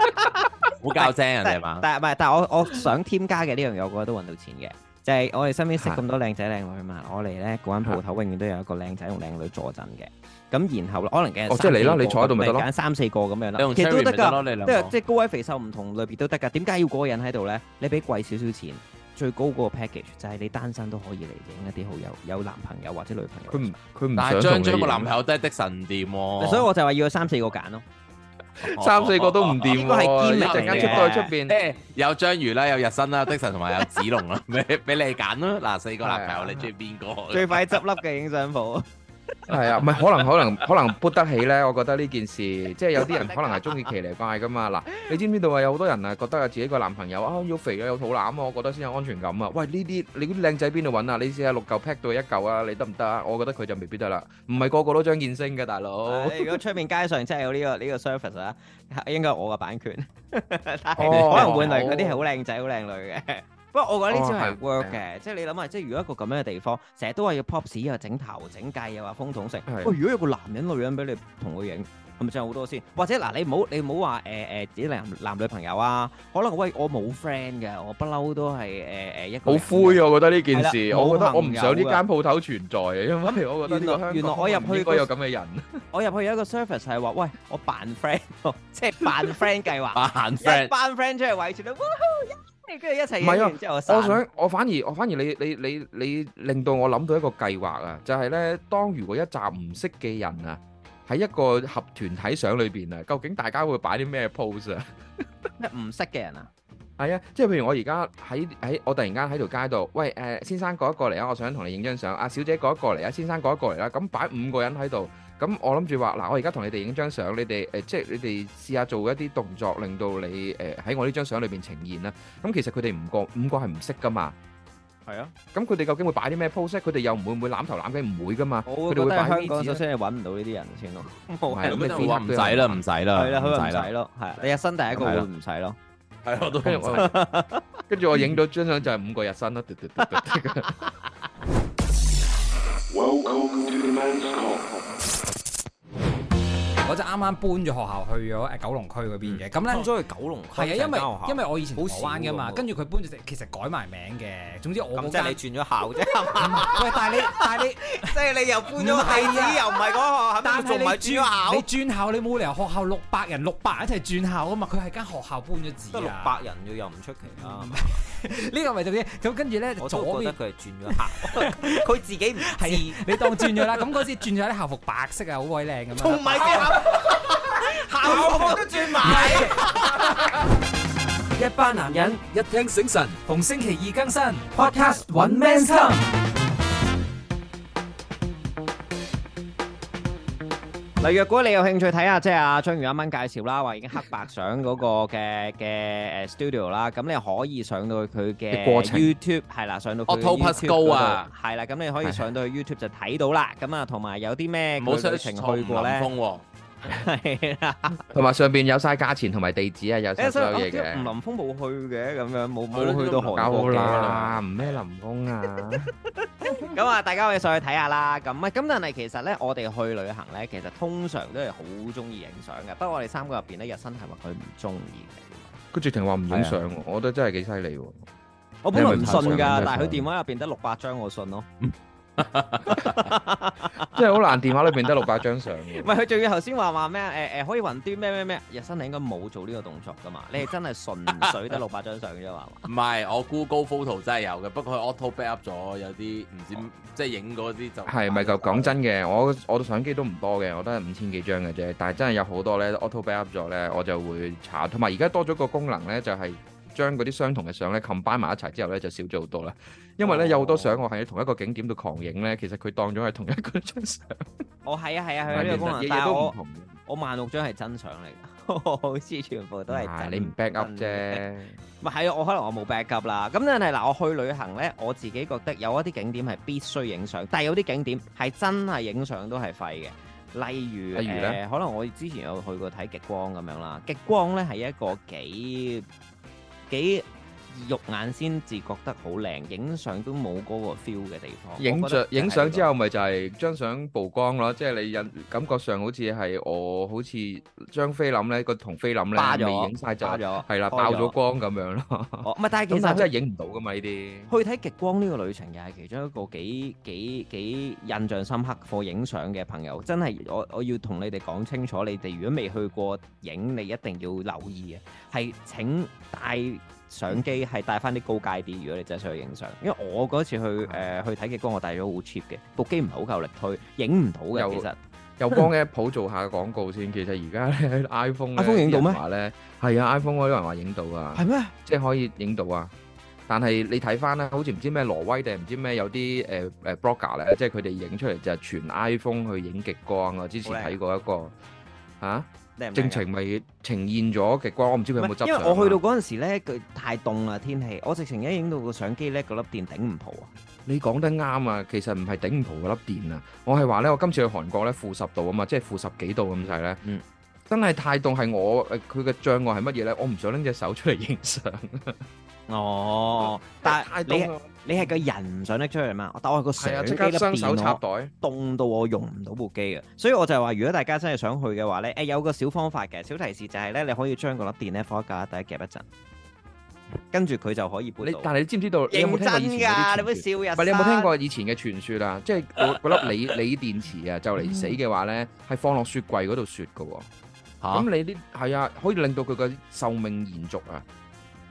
Speaker 4: 好教精人哋係嘛？
Speaker 2: 但係唔係，但係我我想添加嘅呢樣嘢，我覺得都揾到錢嘅，就係、我哋身邊識咁多靚仔靚女嘛，我哋咧嗰間鋪頭永遠都有一個靚仔同靚女坐陣嘅。咁然後可能嘅
Speaker 3: 哦即係你啦你坐喺度咪得咯
Speaker 2: 揀三四個咁樣
Speaker 4: 你用
Speaker 2: 啦，其實
Speaker 4: Cherry
Speaker 2: 都得
Speaker 4: 咪得
Speaker 2: 㗎。
Speaker 4: 咯，你兩
Speaker 2: 即係
Speaker 4: 個
Speaker 2: 即係高位肥瘦唔同類別都得㗎。點解要嗰個人喺度咧？你俾貴少少錢，最高嗰個 package 就係你單身都可以嚟影一啲好有有男朋友或者女
Speaker 3: 佢
Speaker 2: 朋友。
Speaker 3: 唔哦佢唔
Speaker 4: 但係
Speaker 3: 想
Speaker 4: 張
Speaker 3: 將
Speaker 4: 張
Speaker 3: 將
Speaker 4: 個男朋友都係的神唔掂喎，哦
Speaker 2: 所以我就話要有三四個揀 咯。
Speaker 3: 三四個都唔掂
Speaker 2: 呢個係
Speaker 3: 喎，
Speaker 2: 堅力
Speaker 3: 一
Speaker 2: 嚟
Speaker 3: 陣間
Speaker 2: 嘅
Speaker 3: 出到去出邊。
Speaker 4: 誒有章魚啦，有日新啦，的神同埋有子龍啦，俾 俾你揀啦。嗱，四個男朋友你中意邊個？
Speaker 2: 最快執笠嘅影相鋪，
Speaker 3: 係啊，唔係可能 可能可能撥得起咧，我覺得呢件事，即係有啲人可能係中意騎呢怪噶嘛。嗱，你知唔知道啊？有好多人啊，覺得啊自己個男朋友啊要肥啊，有肚腩啊，我覺得先有安全感啊。喂，呢啲你啲靚仔邊度揾啊？你試下六嚿 pack 到一嚿啊，你得唔得啊？我覺得佢就未必得啦，唔係個個都張健升嘅大佬。
Speaker 2: 如果出面街上真係有呢個呢個 service 啊，應該係我嘅版權。 但係
Speaker 3: 哦
Speaker 2: 可能換嚟嗰啲係好靚仔、好靚女嘅。不過我覺得呢招係
Speaker 3: 哦係
Speaker 2: work 嘅，即係你諗下，即係如果一個咁樣嘅地方，成日都話要 pop 屎又整頭整計又話風筒食，
Speaker 3: 係
Speaker 2: 喂，如果有個男人女人俾你同佢影，係咪真係好多先？或者嗱，你唔好你唔好話誒誒自己男男女朋友啊，可能喂我冇 friend 嘅，我不嬲都係誒誒一個
Speaker 3: 好
Speaker 2: 人
Speaker 3: 灰啊！我覺得呢件
Speaker 2: 係
Speaker 3: 事，
Speaker 2: 啦
Speaker 3: 我覺得
Speaker 2: 冇朋友
Speaker 3: 我唔想呢間鋪頭存在啊，因為我覺得
Speaker 2: 原
Speaker 3: 呢個
Speaker 2: 來
Speaker 3: 香
Speaker 2: 原來
Speaker 3: 港
Speaker 2: 我入去
Speaker 3: 唔應該有咁嘅人。
Speaker 2: 我入去有一個 service 係話，喂，我扮 friend，喎即係扮 friend 計劃，
Speaker 4: 扮
Speaker 2: 一
Speaker 4: friend
Speaker 2: 班 friend 出去圍住你，哇跟住一齊影
Speaker 3: 唔係啊
Speaker 2: 完之後散，
Speaker 3: 我想我反而我反而你你你你令到我諗到一個計劃啊，就係咧，當如果一紮唔識嘅人啊，喺一個合團體相裏邊啊，究竟大家會擺啲咩 pose 啊？
Speaker 2: 唔識嘅人啊，
Speaker 3: 係啊，即係譬如我而家喺喺我突然間喺條街度，喂誒、先生嗰一個嚟啊，我想同你影張相啊，小姐嗰一個嚟啊，先生嗰一個嚟啦，咁擺五個人喺度，咁我諗住話嗱，我而家同你哋影張相，你哋誒、即係你哋試下做一啲動作，令到你誒喺、我呢張相裏邊呈現啦。咁其實佢哋五個五個係唔識噶嘛。
Speaker 2: 係啊，
Speaker 3: 咁佢哋究竟會擺啲咩 pose 咧？佢哋又唔會唔會攬頭攬尾，唔會噶嘛。
Speaker 2: 我
Speaker 3: 佢
Speaker 2: 會
Speaker 3: 哋
Speaker 2: 覺
Speaker 3: 會
Speaker 2: 得
Speaker 3: 擺
Speaker 2: 香
Speaker 3: 啲
Speaker 2: 港
Speaker 3: 紙
Speaker 2: 首
Speaker 3: 咧。
Speaker 2: 先係揾唔到呢啲人先咯，冇
Speaker 3: 係
Speaker 2: 係
Speaker 3: 咁
Speaker 4: 咁
Speaker 3: 你啊
Speaker 4: 就話唔
Speaker 3: 飛黑
Speaker 4: 使啦，唔使啦，
Speaker 2: 係啦，佢啊唔使
Speaker 4: 啦，
Speaker 2: 咯，係啊，你日新第一個會唔使咯，
Speaker 4: 係咯，我都唔
Speaker 3: 跟住
Speaker 4: 使。
Speaker 3: 我，跟住我影到張相就係五個日薪啦，嘟嘟嘟嘟嘟
Speaker 1: Welcome to the man's call.
Speaker 7: 嗰陣啱啱搬咗學校去咗誒九龍區嗰邊
Speaker 6: 嗯
Speaker 7: 嘅，咁咧。
Speaker 6: 咗去九龍
Speaker 7: 係啊，因為因為我以前
Speaker 6: 好
Speaker 7: 台
Speaker 6: 少
Speaker 7: 灣噶嘛，
Speaker 6: 喎
Speaker 7: 跟住佢搬咗，其實改埋名嘅。總之我嗰
Speaker 6: 咁即
Speaker 7: 間
Speaker 6: 係，你轉咗校啫，
Speaker 7: 喂，但係你但係你
Speaker 6: 即係你又搬
Speaker 7: 唔係啊
Speaker 6: 咗地址，又唔係嗰學校，
Speaker 7: 但係
Speaker 6: 仲唔係
Speaker 7: 你
Speaker 6: 轉咗校？
Speaker 7: 你轉校啊你冇理由學校六百人六百人一齊轉校啊嘛，佢係間學校搬咗字
Speaker 6: 得
Speaker 7: 啊
Speaker 6: 六百人嘅又唔出奇啊！
Speaker 7: 呢個咪就係咁跟住咧
Speaker 6: 我
Speaker 7: 左
Speaker 6: 都啊覺
Speaker 7: 邊
Speaker 6: 得佢係轉咗校，佢自己唔
Speaker 7: 係
Speaker 6: 知，
Speaker 7: 你當轉咗啦，咁嗰次轉咗啲校服白色啊，好鬼靚咁樣。
Speaker 6: 同 埋啲校校服都轉埋。
Speaker 5: 一班男人一聽醒神，逢星期二更新 Podcast 揾 Men's Come。
Speaker 2: 嗱，若果你有興趣睇下，即係阿張宇啱啱介紹啦，話已經黑白相嗰個嘅嘅誒 studio 啦，咁你可以上到去佢嘅
Speaker 3: 嘅過程
Speaker 2: YouTube 係啦，上到佢
Speaker 4: Octopus
Speaker 2: YouTube
Speaker 4: Go
Speaker 2: 嗰度
Speaker 4: 啊，
Speaker 2: 係啦，咁你可以
Speaker 3: 係
Speaker 2: 上到去 YouTube 就睇到啦，咁啊，同埋有啲咩
Speaker 4: 唔好
Speaker 2: 佢旅
Speaker 4: search
Speaker 2: 程
Speaker 4: 錯
Speaker 2: 去
Speaker 4: 林
Speaker 2: 過咧，
Speaker 4: 峰喎，
Speaker 2: 係 啦，
Speaker 3: 同埋上邊有晒價錢同埋地址啊，有晒
Speaker 2: 誒，
Speaker 3: 所
Speaker 2: 所以
Speaker 3: 有
Speaker 2: 我
Speaker 3: 嘢
Speaker 2: 知吳
Speaker 3: 嘅。
Speaker 2: 林峰冇去嘅，咁樣冇
Speaker 4: 係咯
Speaker 2: 冇去到韓
Speaker 3: 夠
Speaker 2: 國嘅
Speaker 3: 啦，唔咩林工 啊，
Speaker 2: 咁啊，大家可以上去睇下啦。咁啊，咁但係其實咧，我哋去旅行咧，其實通常都係好中意影相嘅。不過我哋三個入邊咧，日新係話佢唔中意嘅。
Speaker 3: 啊佢直情話唔影相喎，我覺得真係幾犀利喎。
Speaker 2: 我本來唔
Speaker 3: 你係
Speaker 2: 信
Speaker 3: 咪唔
Speaker 2: 㗎，但
Speaker 3: 信
Speaker 2: 係佢電話入邊得六百張，我信咯。
Speaker 3: 即係好難，啊電話裏邊得六百張相
Speaker 2: 唔
Speaker 3: 嘅。
Speaker 2: 係佢仲要頭先話話咩啊？誒誒可以雲端咩咩咩？日新你應該冇做呢個動作㗎嘛？你係真係純粹得六百張相啫 嘛？
Speaker 4: 唔係，我 Google Photo 真係有嘅，不過佢 auto backup 咗，有啲唔知即係影嗰啲就
Speaker 3: 係咪就講真嘅？我我嘅相機都唔多嘅，我都係五千幾張嘅啫。但係真係有好多咧 auto backup 咗咧，我就會查。同埋而家多咗個功能咧，就係將嗰啲相同嘅相咧 combine 埋一齊之後咧，就少咗好多啦。因為咧有好多相我喺同一個景點度狂影咧，其實佢當咗係同一個張相，
Speaker 2: 我係啊係啊，佢有呢
Speaker 3: 但
Speaker 2: 個
Speaker 3: 係其
Speaker 2: 功
Speaker 3: 實
Speaker 2: 能，
Speaker 3: 嘢
Speaker 2: 但
Speaker 3: 嘢
Speaker 2: 係
Speaker 3: 都唔
Speaker 2: 我
Speaker 3: 同。
Speaker 2: 我萬六張係真相嚟㗎， 我好似全部都係
Speaker 3: 啊
Speaker 2: 真。
Speaker 3: 你唔 back up
Speaker 2: 真
Speaker 3: 啫。
Speaker 2: 唔係啊，我可能我冇 backup 啦。咁但係嗱，我去旅行咧，我自己覺得有一啲景點係必須影相，但係有啲景點係真係影相都係廢嘅。例如
Speaker 3: 例如呢
Speaker 2: 呃可能我之前有去過睇極光咁樣啦。極光咧係一個幾幾肉眼先至覺得好靚，影相都冇嗰個 feel 嘅地方。
Speaker 3: 影
Speaker 2: 我覺得
Speaker 3: 相影相之
Speaker 2: 就係呢
Speaker 3: 後，咪就係將相曝光咯，即係你印感覺上好似係我好似張菲林咧個同菲林
Speaker 2: 巴
Speaker 3: 咧
Speaker 2: 咗
Speaker 3: 未影晒
Speaker 2: 個
Speaker 3: 就
Speaker 2: 花 咗
Speaker 3: 係
Speaker 2: 開
Speaker 3: 啦，爆咗光咁樣咯。
Speaker 2: 哦唔係，但係其
Speaker 3: 咁
Speaker 2: 實
Speaker 3: 但係
Speaker 2: 佢
Speaker 3: 真係影唔到噶嘛呢啲。
Speaker 2: 去睇極光呢個旅程又係其中一個幾幾幾印象深刻課影相嘅朋友，真係我我要同你哋講清楚，你哋如果未去過影，你一定要留意嘅，係請帶相
Speaker 3: 嗯
Speaker 2: 機，係帶翻啲高階啲。如果你真係想去影相，因為我嗰次去誒、
Speaker 3: 嗯
Speaker 2: 呃去睇極光，我帶咗好 cheap 嘅，部機唔係好夠力推，影唔到嘅
Speaker 3: 有
Speaker 2: 其實。
Speaker 3: 又幫 Apple 做下廣告先。其實而家咧 iPhone 咧
Speaker 2: iPhone 影到咩
Speaker 3: 啲人話咧係啊，iPhone 嗰啲人話影到啊，
Speaker 2: 係咩？
Speaker 3: 即係可以影到啊。但係你睇翻咧，好似唔知咩挪威定唔知咩有啲誒誒 blogger 咧，即係佢哋影出嚟就係全 iPhone 去影極光啊！之前
Speaker 2: 好靚啊
Speaker 3: 睇過一個嚇。
Speaker 2: 靚唔靚㗎
Speaker 3: 正情咪呈現咗極光，我唔知佢有冇執
Speaker 2: 因為
Speaker 3: 相啊
Speaker 2: 我去到嗰陣時咧，佢太凍啦天氣，我直情一影到個相機咧，個粒電頂唔蒲啊！
Speaker 3: 你講得啱啊，其實唔係頂唔蒲嗰粒電啊，我係話咧，我今次去韓國咧負十度啊嘛，即係負十幾度咁滯咧，
Speaker 2: 嗯
Speaker 3: 真係太凍係我誒佢嘅障礙係乜嘢咧？我唔想拎隻手出嚟 影相，
Speaker 2: 哦，但係
Speaker 3: 太
Speaker 2: 你
Speaker 3: 凍啦，
Speaker 2: 你係個人唔想拎出嚟嘛？但我係個
Speaker 3: 係
Speaker 2: 相
Speaker 3: 啊，
Speaker 2: 機
Speaker 3: 即
Speaker 2: 粒
Speaker 3: 刻雙手插
Speaker 2: 電
Speaker 3: 袋，
Speaker 2: 我凍到我用唔到部機嘅，所以我就係話，如果大家真係想去嘅話咧，誒、有個小方法嘅，小提示就係咧，你可以將個粒電咧放喺架底夾一陣，跟住佢就可以搬
Speaker 3: 你
Speaker 2: 到。
Speaker 3: 但係你知唔知道？你有
Speaker 2: 認
Speaker 3: 冇聽過以
Speaker 2: 真
Speaker 3: 前嗰
Speaker 2: 㗎，你
Speaker 3: 啲
Speaker 2: 會
Speaker 3: 傳說
Speaker 2: 笑人。
Speaker 3: 唔係你有冇聽？過以前嘅傳說啊？即係嗰嗰粒鋰鋰電池啊，就嚟死嘅話咧，係放落雪櫃嗰度雪嘅喎。
Speaker 4: 嚇
Speaker 3: 咁你啲係啊，可以令到佢嘅壽命延續啊，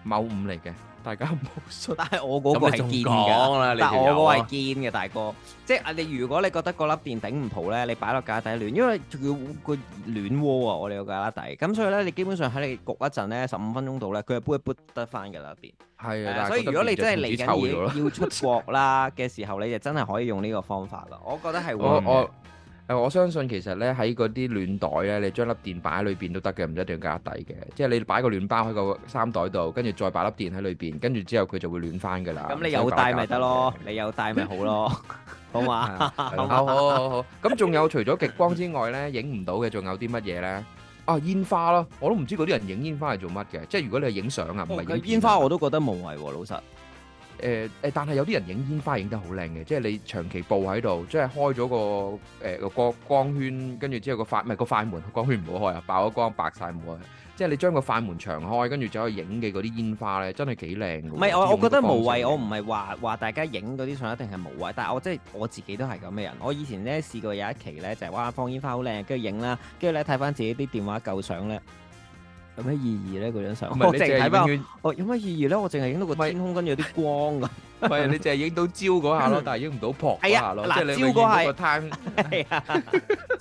Speaker 3: 謬誤嚟嘅，大家唔好 信。
Speaker 2: 但係我嗰個係
Speaker 4: 咁
Speaker 2: 堅
Speaker 4: 你仲
Speaker 2: 㗎。
Speaker 4: 講啦，你
Speaker 2: 但
Speaker 4: 條
Speaker 2: 我
Speaker 4: 友
Speaker 2: 嗰個係
Speaker 4: 啊
Speaker 2: 堅嘅大哥，即係啊你如果你覺得嗰粒電頂唔蒲咧，你擺落架底暖，因為仲要個暖鍋啊，我哋有架底，咁所以咧你基本上喺你焗一陣咧，十五分鐘度咧，佢就 boot 一 boot 得翻㗎啦電。
Speaker 3: 係
Speaker 2: 誒
Speaker 3: 啊，但係
Speaker 2: 所以如果你真係嚟緊
Speaker 3: 覺得自己臭咗
Speaker 2: 要
Speaker 3: 啦
Speaker 2: 要出國啦嘅時候，你就真係可以用呢個方法啦。我覺得係
Speaker 3: 我
Speaker 2: 會嘅
Speaker 3: 我誒我相信其實咧喺嗰啲暖袋咧，你將粒電擺喺裏邊都得嘅，唔一定要夾底嘅。即係你擺個暖包喺個衫袋度，跟住再擺粒電喺裏邊，跟住之後佢就會暖翻㗎啦。
Speaker 2: 咁
Speaker 3: 唔
Speaker 2: 你
Speaker 3: 使
Speaker 2: 有
Speaker 3: 擺
Speaker 2: 帶
Speaker 3: 夾
Speaker 2: 咪
Speaker 3: 底
Speaker 2: 得咯
Speaker 3: 嘅，
Speaker 2: 你有帶咪好咯，好嘛？
Speaker 3: 哦 啊好好好好，咁仲有除咗極光之外咧，影唔到嘅仲有啲乜嘢咧？啊，煙花咯，我都唔知嗰啲人影煙花係做乜嘅，即係如果你係影相啊，唔係影片啊
Speaker 2: 哦煙花我都覺得無謂喎，老實。
Speaker 3: 誒誒，但係有啲人影煙花影得好靚嘅，即係你長期佈喺度，即係開咗個誒個光光圈，跟住之後個快唔係個快門光圈唔好開啊，爆咗光白晒冇啊！即係你將個快門長開，跟住走去影嘅嗰啲煙花咧，真係幾靚嘅喎。
Speaker 2: 唔係我我覺得無謂，我
Speaker 3: 唔
Speaker 2: 唔係話話大家影嗰啲相一定係無謂，但係我即係我自己都係咁嘅人。我以前咧試過有一期咧就係哇放煙花好靚，跟住影啦，跟住咧睇翻自己啲電話舊相咧，有咩意義咧嗰張相？
Speaker 3: 唔
Speaker 2: 我
Speaker 3: 係你
Speaker 2: 淨係
Speaker 3: 淨
Speaker 2: 睇
Speaker 3: 係
Speaker 2: 翻
Speaker 3: 永遠，
Speaker 2: 我有咩意義咧？我淨係影到個
Speaker 3: 唔係
Speaker 2: 天空跟住有啲光㗎。
Speaker 3: 唔係你淨係影到焦 嗰下咯，但係影唔到撲嗰下
Speaker 2: 係
Speaker 3: 咯，即
Speaker 2: 啊嗱
Speaker 3: 係你
Speaker 2: 焦
Speaker 3: 永
Speaker 2: 嗰
Speaker 3: 遠
Speaker 2: 下
Speaker 3: 嗰個 time。
Speaker 2: 係啊，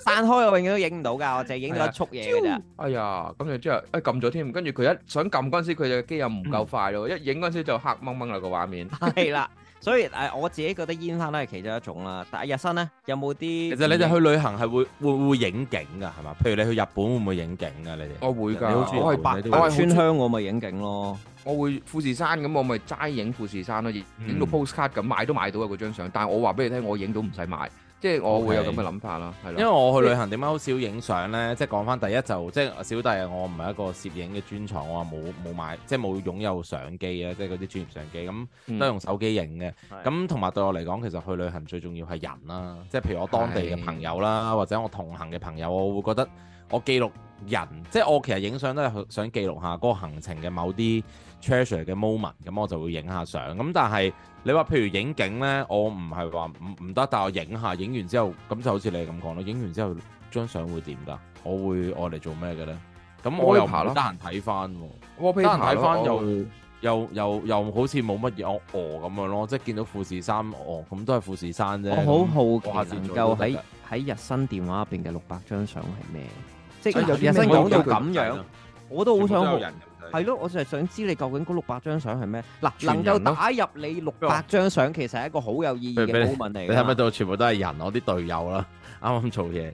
Speaker 2: 散開我永遠都影唔到㗎，我淨係影到一束嘢㗎咋。
Speaker 3: 哎呀，咁就之後誒撳咗添，跟住佢一想撳嗰陣時，佢嘅機又唔夠快咯，一影嗰陣時就黑掹掹啦個 畫面。
Speaker 2: 係啦，所以誒我自己覺得煙花都係其中一種啦。但係日新咧有冇啲？
Speaker 4: 其實你哋去旅行係會會會影景㗎係嘛？譬如你去日本會唔會影景㗎？你哋
Speaker 3: 我會㗎，
Speaker 4: 你好中意
Speaker 3: 我係
Speaker 4: 日本
Speaker 3: 白，
Speaker 4: 呢啲
Speaker 3: 我係
Speaker 2: 穿香我咪影景咯。
Speaker 3: 我會富士山咁，我咪齋影富士山咯，影
Speaker 4: 嗯
Speaker 3: 影到 postcard 咁，買都買到啊嗰張相。但係我話俾你聽，我影到唔使買，即係我會有咁嘅諗法啦，係
Speaker 4: 因為
Speaker 3: 咯。
Speaker 4: 我去旅行點解好少影相咧？即係講翻第一就即係小弟啊我唔係一個攝影嘅專長，我話冇冇買，即係冇擁有相機啊，即係嗰啲專業相機咁。都係用手機影嘅。
Speaker 2: 係
Speaker 4: 咁同埋對我嚟講，其實去旅行最重要係人啦，即係譬如我當地嘅朋友啦，或者我同行嘅朋友，我會覺得我記錄人，即係我其實影相都係想記錄下嗰個行程嘅某啲 treasure 嘅 moment，咁我就會影下相。咁但係你話譬如影景呢，我唔係話唔唔得，但係我影下，影完之後咁就好似你咁講咯，影完之後張相會點㗎？我會愛嚟做咩嘅呢？咁我又唔
Speaker 3: Wallpaper
Speaker 4: 得
Speaker 3: 咯
Speaker 4: 閒睇翻喎。
Speaker 3: Wallpaper
Speaker 4: 得閒睇
Speaker 3: 咯
Speaker 4: 翻又
Speaker 3: 我會
Speaker 4: 又又又好似冇乜嘢我餓咁樣咯，即係見到富士山餓，咁都係富士山啫。
Speaker 2: 我好
Speaker 4: 咁
Speaker 2: 好
Speaker 4: 我下
Speaker 2: 奇
Speaker 4: 次
Speaker 2: 能
Speaker 4: 做
Speaker 2: 夠
Speaker 4: 都得
Speaker 2: 喺
Speaker 4: 㗎
Speaker 2: 喺日新電話入邊嘅六百張相係咩？即係
Speaker 3: 有啲
Speaker 2: 日新
Speaker 3: 咩
Speaker 2: 講到
Speaker 3: 可以
Speaker 2: 咁
Speaker 4: 係
Speaker 2: 樣
Speaker 4: 啊，
Speaker 2: 我都好
Speaker 4: 全部都
Speaker 2: 想
Speaker 4: 有
Speaker 2: 學
Speaker 4: 人咁滯
Speaker 2: 係咯，我就係想知你究竟嗰六百張相係咩？嗱，
Speaker 3: 全
Speaker 2: 能
Speaker 3: 人
Speaker 2: 夠
Speaker 3: 咯
Speaker 2: 打入你六百張相，其實係一個好有意義
Speaker 4: 譬如俾
Speaker 2: 嘅
Speaker 4: 你
Speaker 2: moment 嚟㗎。
Speaker 4: 你睇唔睇到全部都係人？我啲隊友啦， 啱啱做嘢，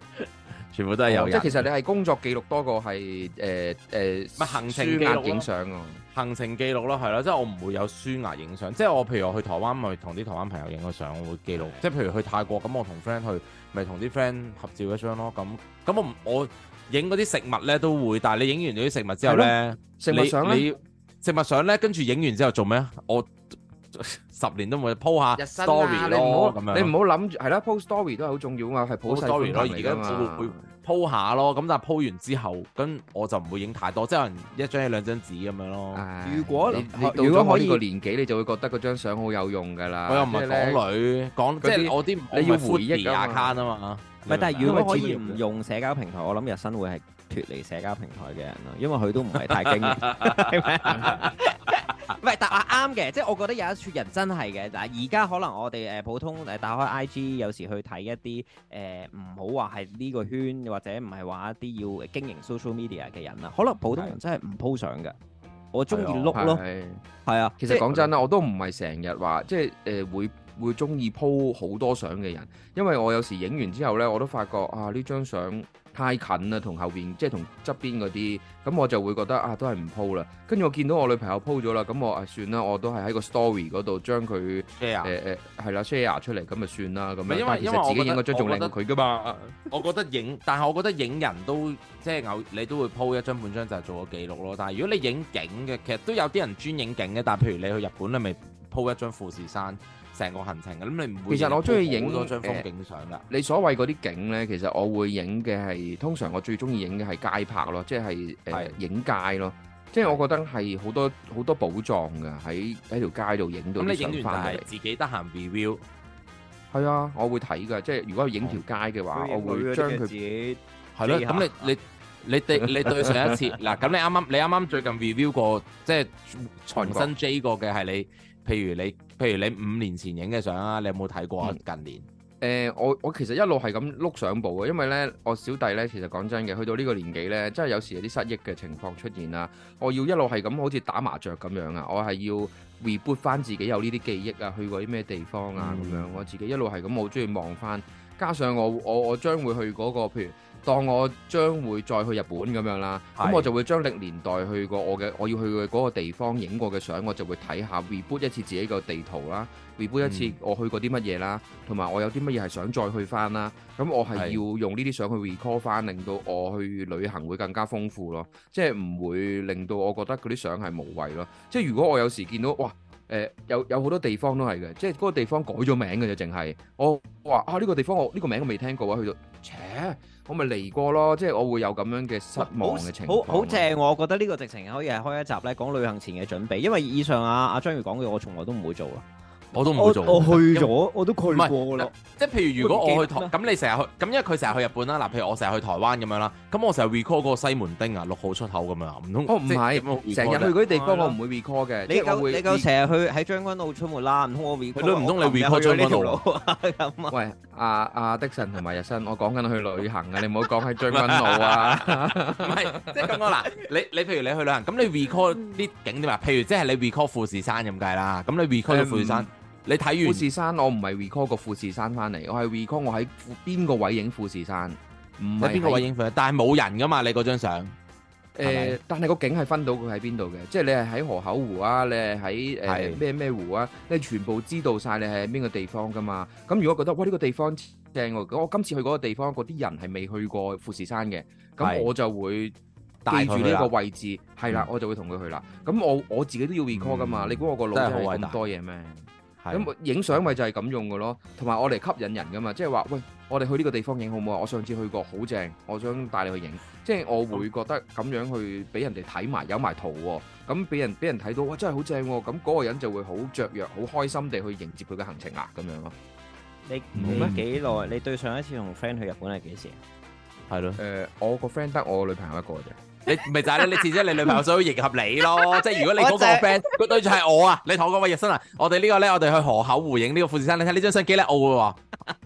Speaker 4: 全部都
Speaker 2: 哦
Speaker 4: 係有
Speaker 3: 即係
Speaker 4: 人。
Speaker 3: 其實你係工作記錄多過係誒誒，
Speaker 4: 咪行程
Speaker 3: 書
Speaker 4: 記錄
Speaker 3: 壓
Speaker 4: 咯
Speaker 3: 影相啊。
Speaker 4: 行程記錄咯，係咯，即係我唔會有書牙影相，即係我譬如我去台灣咪同啲台灣朋友影個相，我會記
Speaker 3: 嗯
Speaker 4: 錄。即係譬如去泰國咁，我同 friend 去咪同啲 friend 合照一張咯。咁咁我唔我影嗰啲食物咧都會，但係你影完咗啲食物之後咧。
Speaker 3: 食物相
Speaker 4: 你
Speaker 3: 咧，
Speaker 4: 你食物相咧，跟住影完之後做咩啊？我 十年都冇鋪下
Speaker 3: 日新
Speaker 4: story
Speaker 3: 啊，你唔
Speaker 4: 咯，
Speaker 3: 好
Speaker 4: 咁
Speaker 3: 你
Speaker 4: 樣
Speaker 3: 唔好諗住係啦，post story 都係好重要啊，係
Speaker 4: post
Speaker 3: 普世風
Speaker 4: story 咯
Speaker 3: 格嚟㗎
Speaker 4: 而家會
Speaker 3: 嘛
Speaker 4: 會。鋪下咯。咁但係鋪完之後，咁我就唔會影太多，即係可能一張一兩張紙咁樣咯。
Speaker 3: 唉
Speaker 2: 如果
Speaker 3: 你你到
Speaker 2: 如果
Speaker 3: 咗我
Speaker 2: 可以
Speaker 3: 呢個年紀，你就會覺得嗰張相好有用㗎啦。
Speaker 4: 我又唔係
Speaker 3: 即係呢
Speaker 4: 港女，講即
Speaker 3: 嗰啲
Speaker 4: 係我啲
Speaker 3: 你要回憶啊
Speaker 4: account
Speaker 3: 嘛
Speaker 4: 啊嘛。
Speaker 2: 唔係，但係
Speaker 4: 你明
Speaker 2: 如
Speaker 4: 唔明
Speaker 2: 果可以
Speaker 3: 因為
Speaker 2: 唔用社交平台，我諗日新會係脱離社交平台嘅人咯，因為佢都唔係太經歷，係咪 啊？唔係，但係啱嘅，即係我覺得有一撮人真係嘅。嗱，而家可能我哋誒呃普通誒打開 IG，有時去睇一啲誒唔好話係呢個圈，或者唔係話一啲要經營 social media 嘅人啦，啊可能普通人真係唔 po 相嘅。我中意
Speaker 4: 係啊
Speaker 2: 碌咯，
Speaker 3: 係
Speaker 2: 係啊，
Speaker 3: 其
Speaker 2: 即
Speaker 3: 實
Speaker 2: 係
Speaker 3: 講真啦，我都唔係成日話即係誒、呃、會會中意 po 好多相嘅人，因為我有時影完之後呢，我都發覺啊呢張相太近啦，同後邊即係同側邊嗰啲，咁我就會覺得啊都係唔 po 啦。跟住我見到我女朋友 po 咗啦，咁我啊算啦，我都係喺個 story 嗰度將佢
Speaker 4: ？share
Speaker 3: 誒誒係啦 share 出嚟，咁咪算啦咁
Speaker 4: 唔係
Speaker 3: 樣。
Speaker 4: 因為
Speaker 3: 但其
Speaker 4: 因為
Speaker 3: 實
Speaker 4: 我
Speaker 3: 自己
Speaker 4: 覺
Speaker 3: 影嗰
Speaker 4: 得
Speaker 3: 張仲
Speaker 4: 我
Speaker 3: 靚
Speaker 4: 覺得
Speaker 3: 過佢噶嘛。
Speaker 4: 我覺得影，但係我覺得影人都即係偶你都會 po 一張半張就係做個記錄咯。但係如果你影景嘅，其實都有啲人專影景嘅。但係譬如你去日本，你咪 po 一張富士山成個行程嘅，咁你唔會
Speaker 3: 其實我中意影
Speaker 4: 好多張風景相㗎。
Speaker 3: 你所謂嗰啲景呢，其實我會影嘅係通常我最中意影嘅係街拍咯，即係誒
Speaker 4: 係
Speaker 3: 影街咯。即係我覺得係好多好多寶藏㗎，喺喺條街度影到
Speaker 4: 咁
Speaker 3: 啲
Speaker 4: 你影
Speaker 3: 相
Speaker 4: 完
Speaker 3: 翻
Speaker 4: 就
Speaker 3: 嚟
Speaker 4: 係。自己得閒 review，
Speaker 3: 係啊，我會睇㗎。即係如果
Speaker 4: 哦
Speaker 3: 影條街嘅話，我會將佢
Speaker 2: 自己
Speaker 4: 係咯。
Speaker 2: 記下
Speaker 4: 咁你你你對你對上 一次嗱，咁你啱啱你啱啱最近 review 過，即係重
Speaker 3: 韓國
Speaker 4: 新 J 過嘅係你，譬如你譬如你五年前影嘅相啊，你有冇睇過
Speaker 3: 嗯
Speaker 4: 啊？近年
Speaker 3: 誒、呃我我其實一路係咁碌相簿嘅，因為咧，我小弟咧，其實講真嘅，去到呢個年紀咧，真係有時有啲失憶嘅情況出現啦。我要一路係咁，好似打麻雀咁樣啊，我係要 reboot 翻自己有呢啲記憶啊，去過啲咩地方啊咁、
Speaker 4: 嗯
Speaker 3: 樣。我自己一路係咁，好中意望翻。加上我我我將會去嗰、個，譬如當我將會再去日本咁樣啦，咁
Speaker 4: 係
Speaker 3: 我就會將歷年代去過我嘅我要去嘅嗰個地方影過嘅相，我就會睇下 reboot 一次自己個地圖啦，reboot 一
Speaker 4: 嗯
Speaker 3: 次我去過啲乜嘢啦。同埋我有啲乜嘢係想再去翻啦，咁我係
Speaker 4: 係
Speaker 3: 要用呢啲相去 recall 翻，令到我去旅行會更加豐富咯，即係唔會令到我覺得嗰啲相係無謂咯。即係如果我有時見到哇，誒、有有好多地方都係嘅，即係嗰個地方改咗名嘅啫，淨係我話啊呢、個地方我呢、個名我未聽過啊，去到，切我咪嚟過咯，即係我會有咁樣嘅失望嘅情況啊
Speaker 2: 好
Speaker 3: 咯。
Speaker 2: 好正喎，我覺得呢個直情可以係開一集咧講旅行前嘅準備，因為以上阿阿章魚講嘅我從來都唔會做啦。
Speaker 4: 我都冇
Speaker 2: 我
Speaker 4: 做。
Speaker 2: 我去咗，我都去過
Speaker 4: 唔係
Speaker 2: 咯。
Speaker 4: 即係譬如如果
Speaker 2: 會唔記
Speaker 4: 我去
Speaker 2: 得咩
Speaker 4: 台，咁你成日去，咁因為佢成日去日本啦，嗱，譬如我成日去台灣咁樣啦，咁我成日 recall 嗰個西門町啊，六號出口咁樣啊，唔通
Speaker 3: 哦唔
Speaker 4: 即
Speaker 3: 係
Speaker 4: 點樣 recall
Speaker 3: 成日去
Speaker 4: 啫
Speaker 3: 嗰啲地
Speaker 2: 係
Speaker 3: 方
Speaker 2: 咯
Speaker 3: 我唔會 recall 嘅，
Speaker 2: 你
Speaker 3: 即係我
Speaker 2: 夠
Speaker 3: 會
Speaker 2: 你夠成日去喺將軍澳出沒啦，唔通我 recall？
Speaker 4: 係咯唔通你
Speaker 2: 我琴日
Speaker 4: recall
Speaker 2: 去咗呢
Speaker 4: 將軍
Speaker 2: 條
Speaker 4: 澳
Speaker 2: 路啊 咁啊？
Speaker 3: 喂，阿阿的神同埋日新，我講緊去旅行啊，你唔好講喺將軍澳 啊。
Speaker 4: 唔係，即係咁講嗱，你你譬如你去旅行，咁你 recall 啲景點啊，譬如即係你 recall 富士山咁計啦，咁你 recall 咗富士山
Speaker 3: 嗯，
Speaker 4: 你睇
Speaker 3: 富
Speaker 4: 完
Speaker 3: 士山我唔係 recall 個富士山翻嚟，我係 recall 我喺富邊個位影富士山，唔
Speaker 4: 你
Speaker 3: 係
Speaker 4: 邊個位影相，但係冇人噶嘛，你嗰張相
Speaker 3: 喺
Speaker 4: 係
Speaker 3: 誒，但係個景係分到佢喺邊度嘅，即係你係喺河口湖啊，你係喺誒
Speaker 4: 係
Speaker 3: 咩咩湖啊，你全部知道晒你係喺邊個地方噶嘛。咁如果覺得哇呢個地方正喎，咁我今次去嗰個地方嗰啲人係未去過富士山嘅，咁
Speaker 4: 係
Speaker 3: 我就會。
Speaker 4: 帶
Speaker 3: 記住
Speaker 4: 佢去
Speaker 3: 呢
Speaker 4: 啦
Speaker 3: 個位置，係啦，我就會同佢去啦。咁我我自己都要 recall 噶嘛，
Speaker 4: 嗯
Speaker 3: 你估我個腦
Speaker 4: 真係
Speaker 3: 真
Speaker 4: 好
Speaker 3: 係
Speaker 4: 偉大
Speaker 3: 咁多嘢咩？
Speaker 4: 係
Speaker 3: 咁影相咪就係咁用嘅咯，同埋我嚟吸引人噶嘛，即係話喂，我哋去呢個地方影好唔好啊？我上次去過好正，我想帶你去影，即係我會覺得咁樣去俾人哋睇埋有埋圖喎，咁俾人俾人睇到哇真係好正喎，咁嗰個人就會好雀躍、好開心地去迎接佢嘅行程啦，咁樣咯。
Speaker 2: 你
Speaker 4: 嗯
Speaker 2: 幾耐？你對上一次同 friend 去日本係幾時啊？
Speaker 4: 係咯
Speaker 3: 誒、。我個 friend 得我女朋友一個啫，
Speaker 4: 你咪就係咧，你至少你女朋友想迎合 你咯。即係如果你嗰
Speaker 2: 我
Speaker 4: 個
Speaker 2: 就係
Speaker 4: friend 個對象係我啊，你同我講喂，日新啊，我哋呢個咧，我哋去河口湖影呢個富士山，你睇呢張相幾叻，我會話，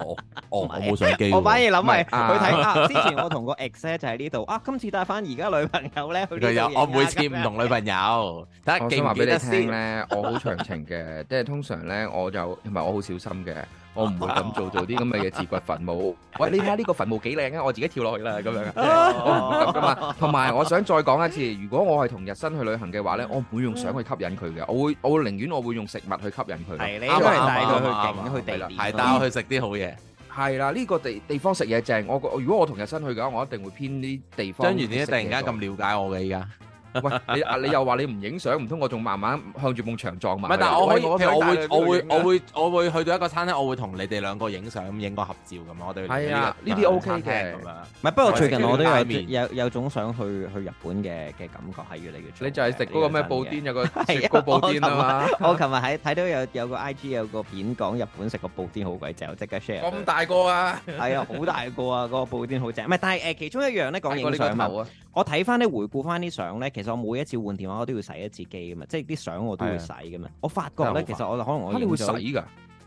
Speaker 4: 哦，哦，我冇相機喎。
Speaker 2: 我反而諗係
Speaker 3: 唔係啊
Speaker 2: 佢睇啊，之前我同個 ex 咧就喺呢度啊，今次帶翻而家女朋友咧去呢度
Speaker 4: 佢有
Speaker 2: 影啊
Speaker 4: 我每次
Speaker 2: 咁
Speaker 4: 唔
Speaker 2: 樣
Speaker 4: 同女朋友，睇下
Speaker 3: 我
Speaker 4: 記
Speaker 3: 想
Speaker 4: 唔
Speaker 3: 話
Speaker 4: 記
Speaker 3: 俾你
Speaker 4: 得
Speaker 3: 聽
Speaker 4: 先。
Speaker 3: 咧，我好長情 嘅，即係通常咧我就同埋我好小心嘅，我唔會咁做做啲咁嘅嘢自掘墳墓。喂，你睇下呢個墳墓幾靚啊，我自己跳落去啦咁樣。啊 我唔得噶 嘛。啊同埋我想再講一次，如果我係同日新去旅行嘅
Speaker 4: 嗯
Speaker 3: 話咧，我唔會用相去吸引佢嘅，我會我寧願我會用食物去吸引佢咯。
Speaker 2: 係你
Speaker 4: 啱啊
Speaker 2: 都係
Speaker 4: 啱
Speaker 2: 帶
Speaker 4: 啊
Speaker 2: 佢
Speaker 4: 啱啊
Speaker 2: 去景
Speaker 4: 啱啊
Speaker 2: 去地點
Speaker 4: 係，
Speaker 2: 咯
Speaker 4: 帶我去食啲好嘢，
Speaker 3: 係啦，呢個地地方食嘢正，我我如果我同日新去嘅話，我一定會偏啲地方
Speaker 4: 張
Speaker 3: 食嘢多。
Speaker 4: 元點解突然間咁了解我嘅依家？
Speaker 3: 喂你啊你又話你唔影相，唔通我仲慢慢向住埲牆撞
Speaker 4: 唔
Speaker 3: 埋
Speaker 4: 係，
Speaker 3: 去？
Speaker 4: 但係我可以，
Speaker 3: 喂
Speaker 4: 譬如我會，我會，我
Speaker 3: 會。
Speaker 4: 會，我會去到一個餐廳，我會同你哋兩個影相，咁影個合照咁樣。我哋
Speaker 3: 係啊
Speaker 4: 去
Speaker 3: 呢啲 OK
Speaker 4: 餐廳
Speaker 3: 嘅
Speaker 4: 咁樣。
Speaker 2: 唔係，不過
Speaker 4: 我
Speaker 2: 最近我都有
Speaker 4: 食啲
Speaker 2: 有有種想去去日本嘅嘅感覺係越嚟越重嘅。
Speaker 3: 你就係食嗰個咩
Speaker 2: 呢個
Speaker 3: 布
Speaker 2: 真嘅
Speaker 4: 啊
Speaker 3: 甸有個雪糕 布甸啊嘛，
Speaker 2: 我琴日喺睇到有有個 I G 有個片講日本食個布甸好鬼正，我即刻 share。
Speaker 3: 咁大個啊，
Speaker 2: 係啊，好大個啊，嗰個布甸好正。唔係，但係誒其中一樣咧講
Speaker 3: 大過
Speaker 2: 影
Speaker 3: 你個
Speaker 2: 相嘛
Speaker 3: 頭，啊！
Speaker 2: 我睇翻咧回顧翻啲相咧，其實我每一次換電話我都要洗一次機噶嘛，即係啲相我都會洗噶嘛。
Speaker 3: 啊
Speaker 2: 我發覺咧，其
Speaker 4: 真係好
Speaker 2: 實
Speaker 4: 煩
Speaker 2: 我可能我
Speaker 4: 啊
Speaker 3: 嚇你
Speaker 2: 影
Speaker 3: 會洗
Speaker 2: 咗
Speaker 3: 㗎？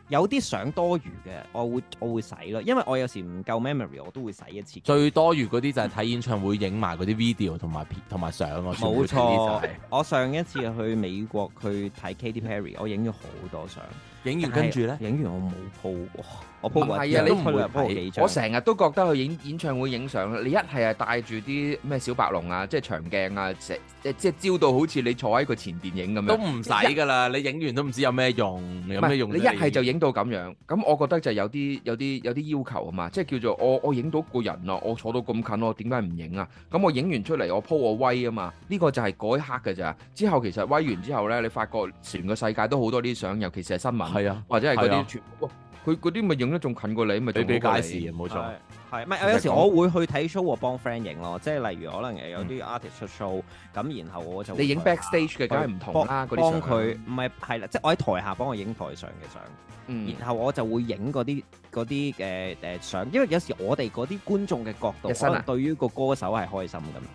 Speaker 2: 有啲相多餘嘅，我會我會洗咯，因為我有時唔夠 memory，我都會洗一次機。
Speaker 4: 最多餘嗰啲就係睇演唱會影埋嗰啲 video 同埋片同埋相啊，全部
Speaker 2: 冇
Speaker 4: 睇呢啲
Speaker 2: 錯
Speaker 4: 就係，
Speaker 2: 我上一次去美國去睇 Katy Perry，我影咗好多相。
Speaker 4: 影完跟住咧，
Speaker 2: 影完我冇 po 過，我 po 過
Speaker 3: 唔係啊
Speaker 2: 一張
Speaker 3: 你
Speaker 2: 都唔會 po 過
Speaker 4: po
Speaker 2: 幾張。
Speaker 3: 我成日都覺得去演演唱會影相咧，你一係係帶住啲咩小白龍啊，即係長鏡啊，成即即係焦到好似你坐喺佢前邊影咁
Speaker 4: 都
Speaker 3: 樣。
Speaker 4: 唔使㗎啦，你影完都唔知有咩用，有
Speaker 3: 唔
Speaker 4: 咩用啫？
Speaker 3: 你一係就影到咁樣，咁我覺得就有啲有啲有啲要求啊嘛，即係叫做我我影到個人啊，我坐到咁近，我點解唔影啊？咁我影完出嚟，我 po 我威啊嘛，呢、個就係嗰一刻嘅咋。之後其實威完之後呢，你發覺全個世界都好多啲相，尤其是係新聞
Speaker 4: 係啊，
Speaker 3: 或者係嗰
Speaker 4: 係
Speaker 3: 啲
Speaker 4: 啊
Speaker 3: 全部，哇哦佢嗰啲咪影得仲近過你，咪
Speaker 4: 比
Speaker 3: 仲
Speaker 4: 比
Speaker 3: 好過
Speaker 4: 皆
Speaker 3: 你
Speaker 4: 是啊，冇錯
Speaker 2: 係。係，唔係有時我會去睇 show 我幫 friend 影咯，即係例如可能誒有啲 artist 出 show，咁然後我就會
Speaker 3: 你影
Speaker 2: 去
Speaker 3: backstage 嘅梗係唔同啦，嗰啲
Speaker 2: 幫
Speaker 3: 相啊
Speaker 2: 佢，唔係係啦，即係我喺台下幫我影台上嘅相，
Speaker 3: 嗯
Speaker 2: 然後我就會影嗰啲嗰啲誒誒相，因為有時我哋嗰啲觀眾嘅角度，
Speaker 3: 日新
Speaker 2: 可
Speaker 3: 啊
Speaker 2: 能對於個歌手係開心噶嘛。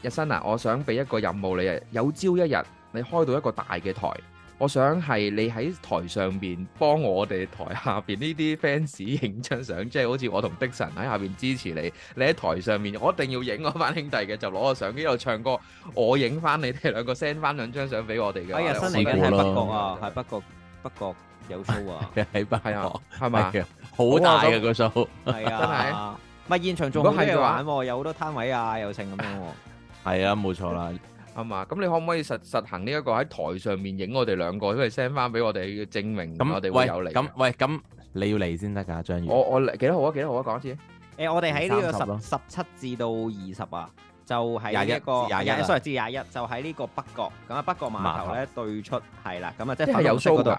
Speaker 3: 日新啊，我想俾一個任務你啊，有朝一日你開到一個大嘅台，我想係你喺台上邊幫我哋台下邊呢啲 fans 影張相，即係好似我同的神喺下邊支持你，你喺台上面，我一定要影我班兄弟嘅，就攞個相機喺度唱歌，我影翻你哋兩個 send 翻兩張相俾我哋嘅。
Speaker 2: 哎呀，新
Speaker 3: 我
Speaker 2: 嚟緊喺
Speaker 4: 試過啦
Speaker 2: 北角啊，喺北角北角有 show 啊，
Speaker 4: 喺北
Speaker 3: 係啊
Speaker 4: 角，
Speaker 3: 係嘛？
Speaker 4: 係啊好大嘅個數，
Speaker 2: 係啊，唔係現場仲
Speaker 3: 如
Speaker 2: 好多
Speaker 3: 果係
Speaker 2: 嘢
Speaker 3: 嘅話
Speaker 2: 玩喎，有好多攤位啊，又剩咁樣喎。
Speaker 4: 係啊，冇錯啦。
Speaker 3: 係嘛？咁你可唔可以實實行呢一個喺台上面影我哋兩個，因為 send 翻俾我哋，要證明
Speaker 4: 咁
Speaker 3: 我哋
Speaker 4: 喂
Speaker 3: 會有嚟嘅。
Speaker 4: 咁喂，咁你要嚟先得㗎，張宇。
Speaker 3: 我我嚟幾多號啊？幾多號啊？講一次。
Speaker 2: 誒、我哋喺呢個
Speaker 4: 30
Speaker 2: 十十七至到二十啊，就喺呢一個
Speaker 4: 21至21啊
Speaker 2: sorry 至廿一，就喺呢個北角。咁啊，北角碼頭咧對出係啦，咁啊即係
Speaker 3: 即係
Speaker 2: 粉
Speaker 3: 有
Speaker 2: 紅色
Speaker 3: show
Speaker 2: 嗰度。誒。
Speaker 3: 㗎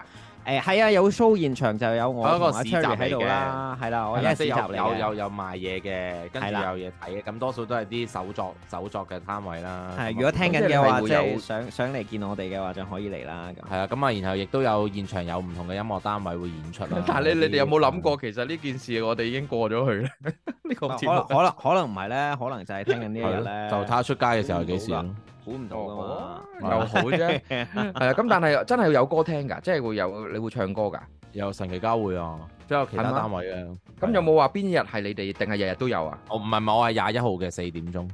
Speaker 2: 係啊，有 show 現場就有我
Speaker 4: 有一個
Speaker 2: 同阿
Speaker 4: 市集嚟
Speaker 2: Cherry 喺度啦，係啦，我
Speaker 4: 係
Speaker 2: 有
Speaker 4: 啦
Speaker 2: 市
Speaker 4: 即
Speaker 2: 集
Speaker 4: 係
Speaker 2: 嚟
Speaker 4: 有有
Speaker 2: 嘅。
Speaker 4: 有有賣嘢嘅，跟住
Speaker 2: 係啦
Speaker 4: 有嘢睇嘅，咁多數都係啲手作手作嘅攤位啦。
Speaker 2: 係，
Speaker 4: 咁
Speaker 2: 如果
Speaker 4: 啊
Speaker 2: 聽
Speaker 3: 即
Speaker 2: 緊
Speaker 3: 係你
Speaker 2: 嘅
Speaker 3: 係
Speaker 2: 話，
Speaker 3: 會
Speaker 2: 即係
Speaker 3: 有。
Speaker 2: 想想嚟見我哋嘅話，就可以嚟啦。咁
Speaker 4: 係啊，咁啊，然後亦都有現場有唔同嘅音樂單位會演出啦
Speaker 3: 但係你
Speaker 4: 有
Speaker 3: 你
Speaker 4: 啲
Speaker 3: 哋有冇諗？過，其實呢件事我哋已經過咗 去咧？呢個
Speaker 2: 可
Speaker 3: 節
Speaker 2: 能
Speaker 3: 目
Speaker 2: 可能可能唔係咧，可能就係聽緊呢一
Speaker 4: 係啊
Speaker 2: 日
Speaker 4: 咯
Speaker 2: 咧，
Speaker 4: 就他出街嘅時候係幾時啊咯？
Speaker 2: 估唔到噶嘛
Speaker 3: 哦。又好啫，係啊！咁但係真係有歌聽㗎，即係會有你會唱歌㗎。
Speaker 4: 有神奇交會啊，都有其他
Speaker 3: 係嗎
Speaker 4: 單位啊。哦
Speaker 3: 咁有冇話邊日係你哋，定係日日都有啊？
Speaker 4: 我唔係唔係，我係廿一號嘅四點鐘，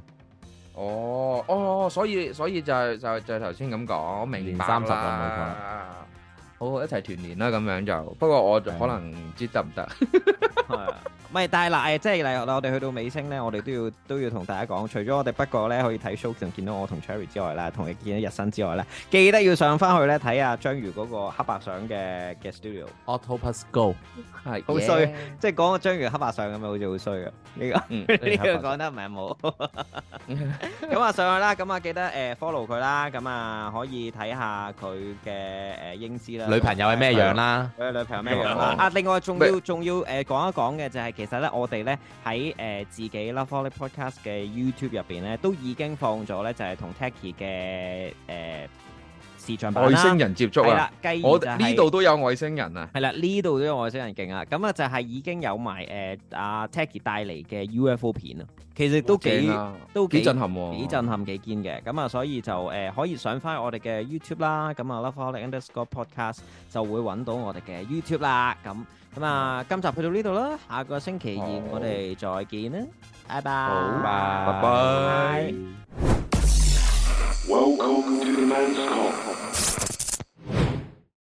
Speaker 3: 哦哦，所以所以就係就係就係頭先咁講，我明白
Speaker 4: 年三十
Speaker 3: 啦。好，一齊團年啦，咁樣就。不過我就可能唔知得唔得。
Speaker 2: 係啊，唔係，但係嗱，誒即係嗱，我哋去到尾聲咧，我哋都要都要同大家講，除咗我哋北角咧可以睇 show 仲見到我同 Cherry 之外啦，同你見到日新之外咧，記得要上翻去咧睇下章魚嗰個黑白相嘅嘅 studio，
Speaker 4: Octopus Go
Speaker 3: 係
Speaker 2: 好衰即係講個章魚黑白相咁樣，好似好衰嘅呢個。
Speaker 3: 嗯
Speaker 2: 呢個講得唔係冇，咁啊上去啦，咁啊記得誒 follow 佢啦，咁啊可以睇下佢嘅誒英姿啦，
Speaker 6: 啦。
Speaker 4: 女朋友係咩樣啦？
Speaker 6: 誒？女朋友咩樣
Speaker 2: 啊
Speaker 6: 啦？
Speaker 2: 啊！另外仲要
Speaker 3: 咩
Speaker 2: 仲要誒講一講嘅就係其實咧，我哋咧喺誒自己 Love Folly Podcast 嘅 YouTube 入邊咧，都已經放咗咧就係同 Tacky 嘅誒視像版
Speaker 3: 外
Speaker 2: 啦。
Speaker 3: 星人接觸
Speaker 2: 係
Speaker 3: 啊！
Speaker 2: 啦，繼而
Speaker 3: 我
Speaker 2: 就係
Speaker 3: 呢度都有外星人啊！
Speaker 2: 係啦，呢度都有外星人勁啊！咁啊就係已經有埋誒阿 Tacky 帶嚟嘅 UFO 片啊，其實都幾
Speaker 3: 正啊，
Speaker 2: 都
Speaker 3: 幾
Speaker 2: 幾
Speaker 3: 震撼喎！
Speaker 2: 幾震撼幾堅嘅，咁啊，所以就誒、呃可以上翻我哋嘅 YouTube 啦，咁啊 Loveholic Underscore Podcast 就會揾到我哋嘅 YouTube 啦，咁咁啊，今集去到呢度啦，下個星期二
Speaker 3: 嗯好
Speaker 2: 我哋再見啦，拜拜，
Speaker 3: 好拜
Speaker 4: 拜
Speaker 3: 拜。
Speaker 1: Welcome to the man's call.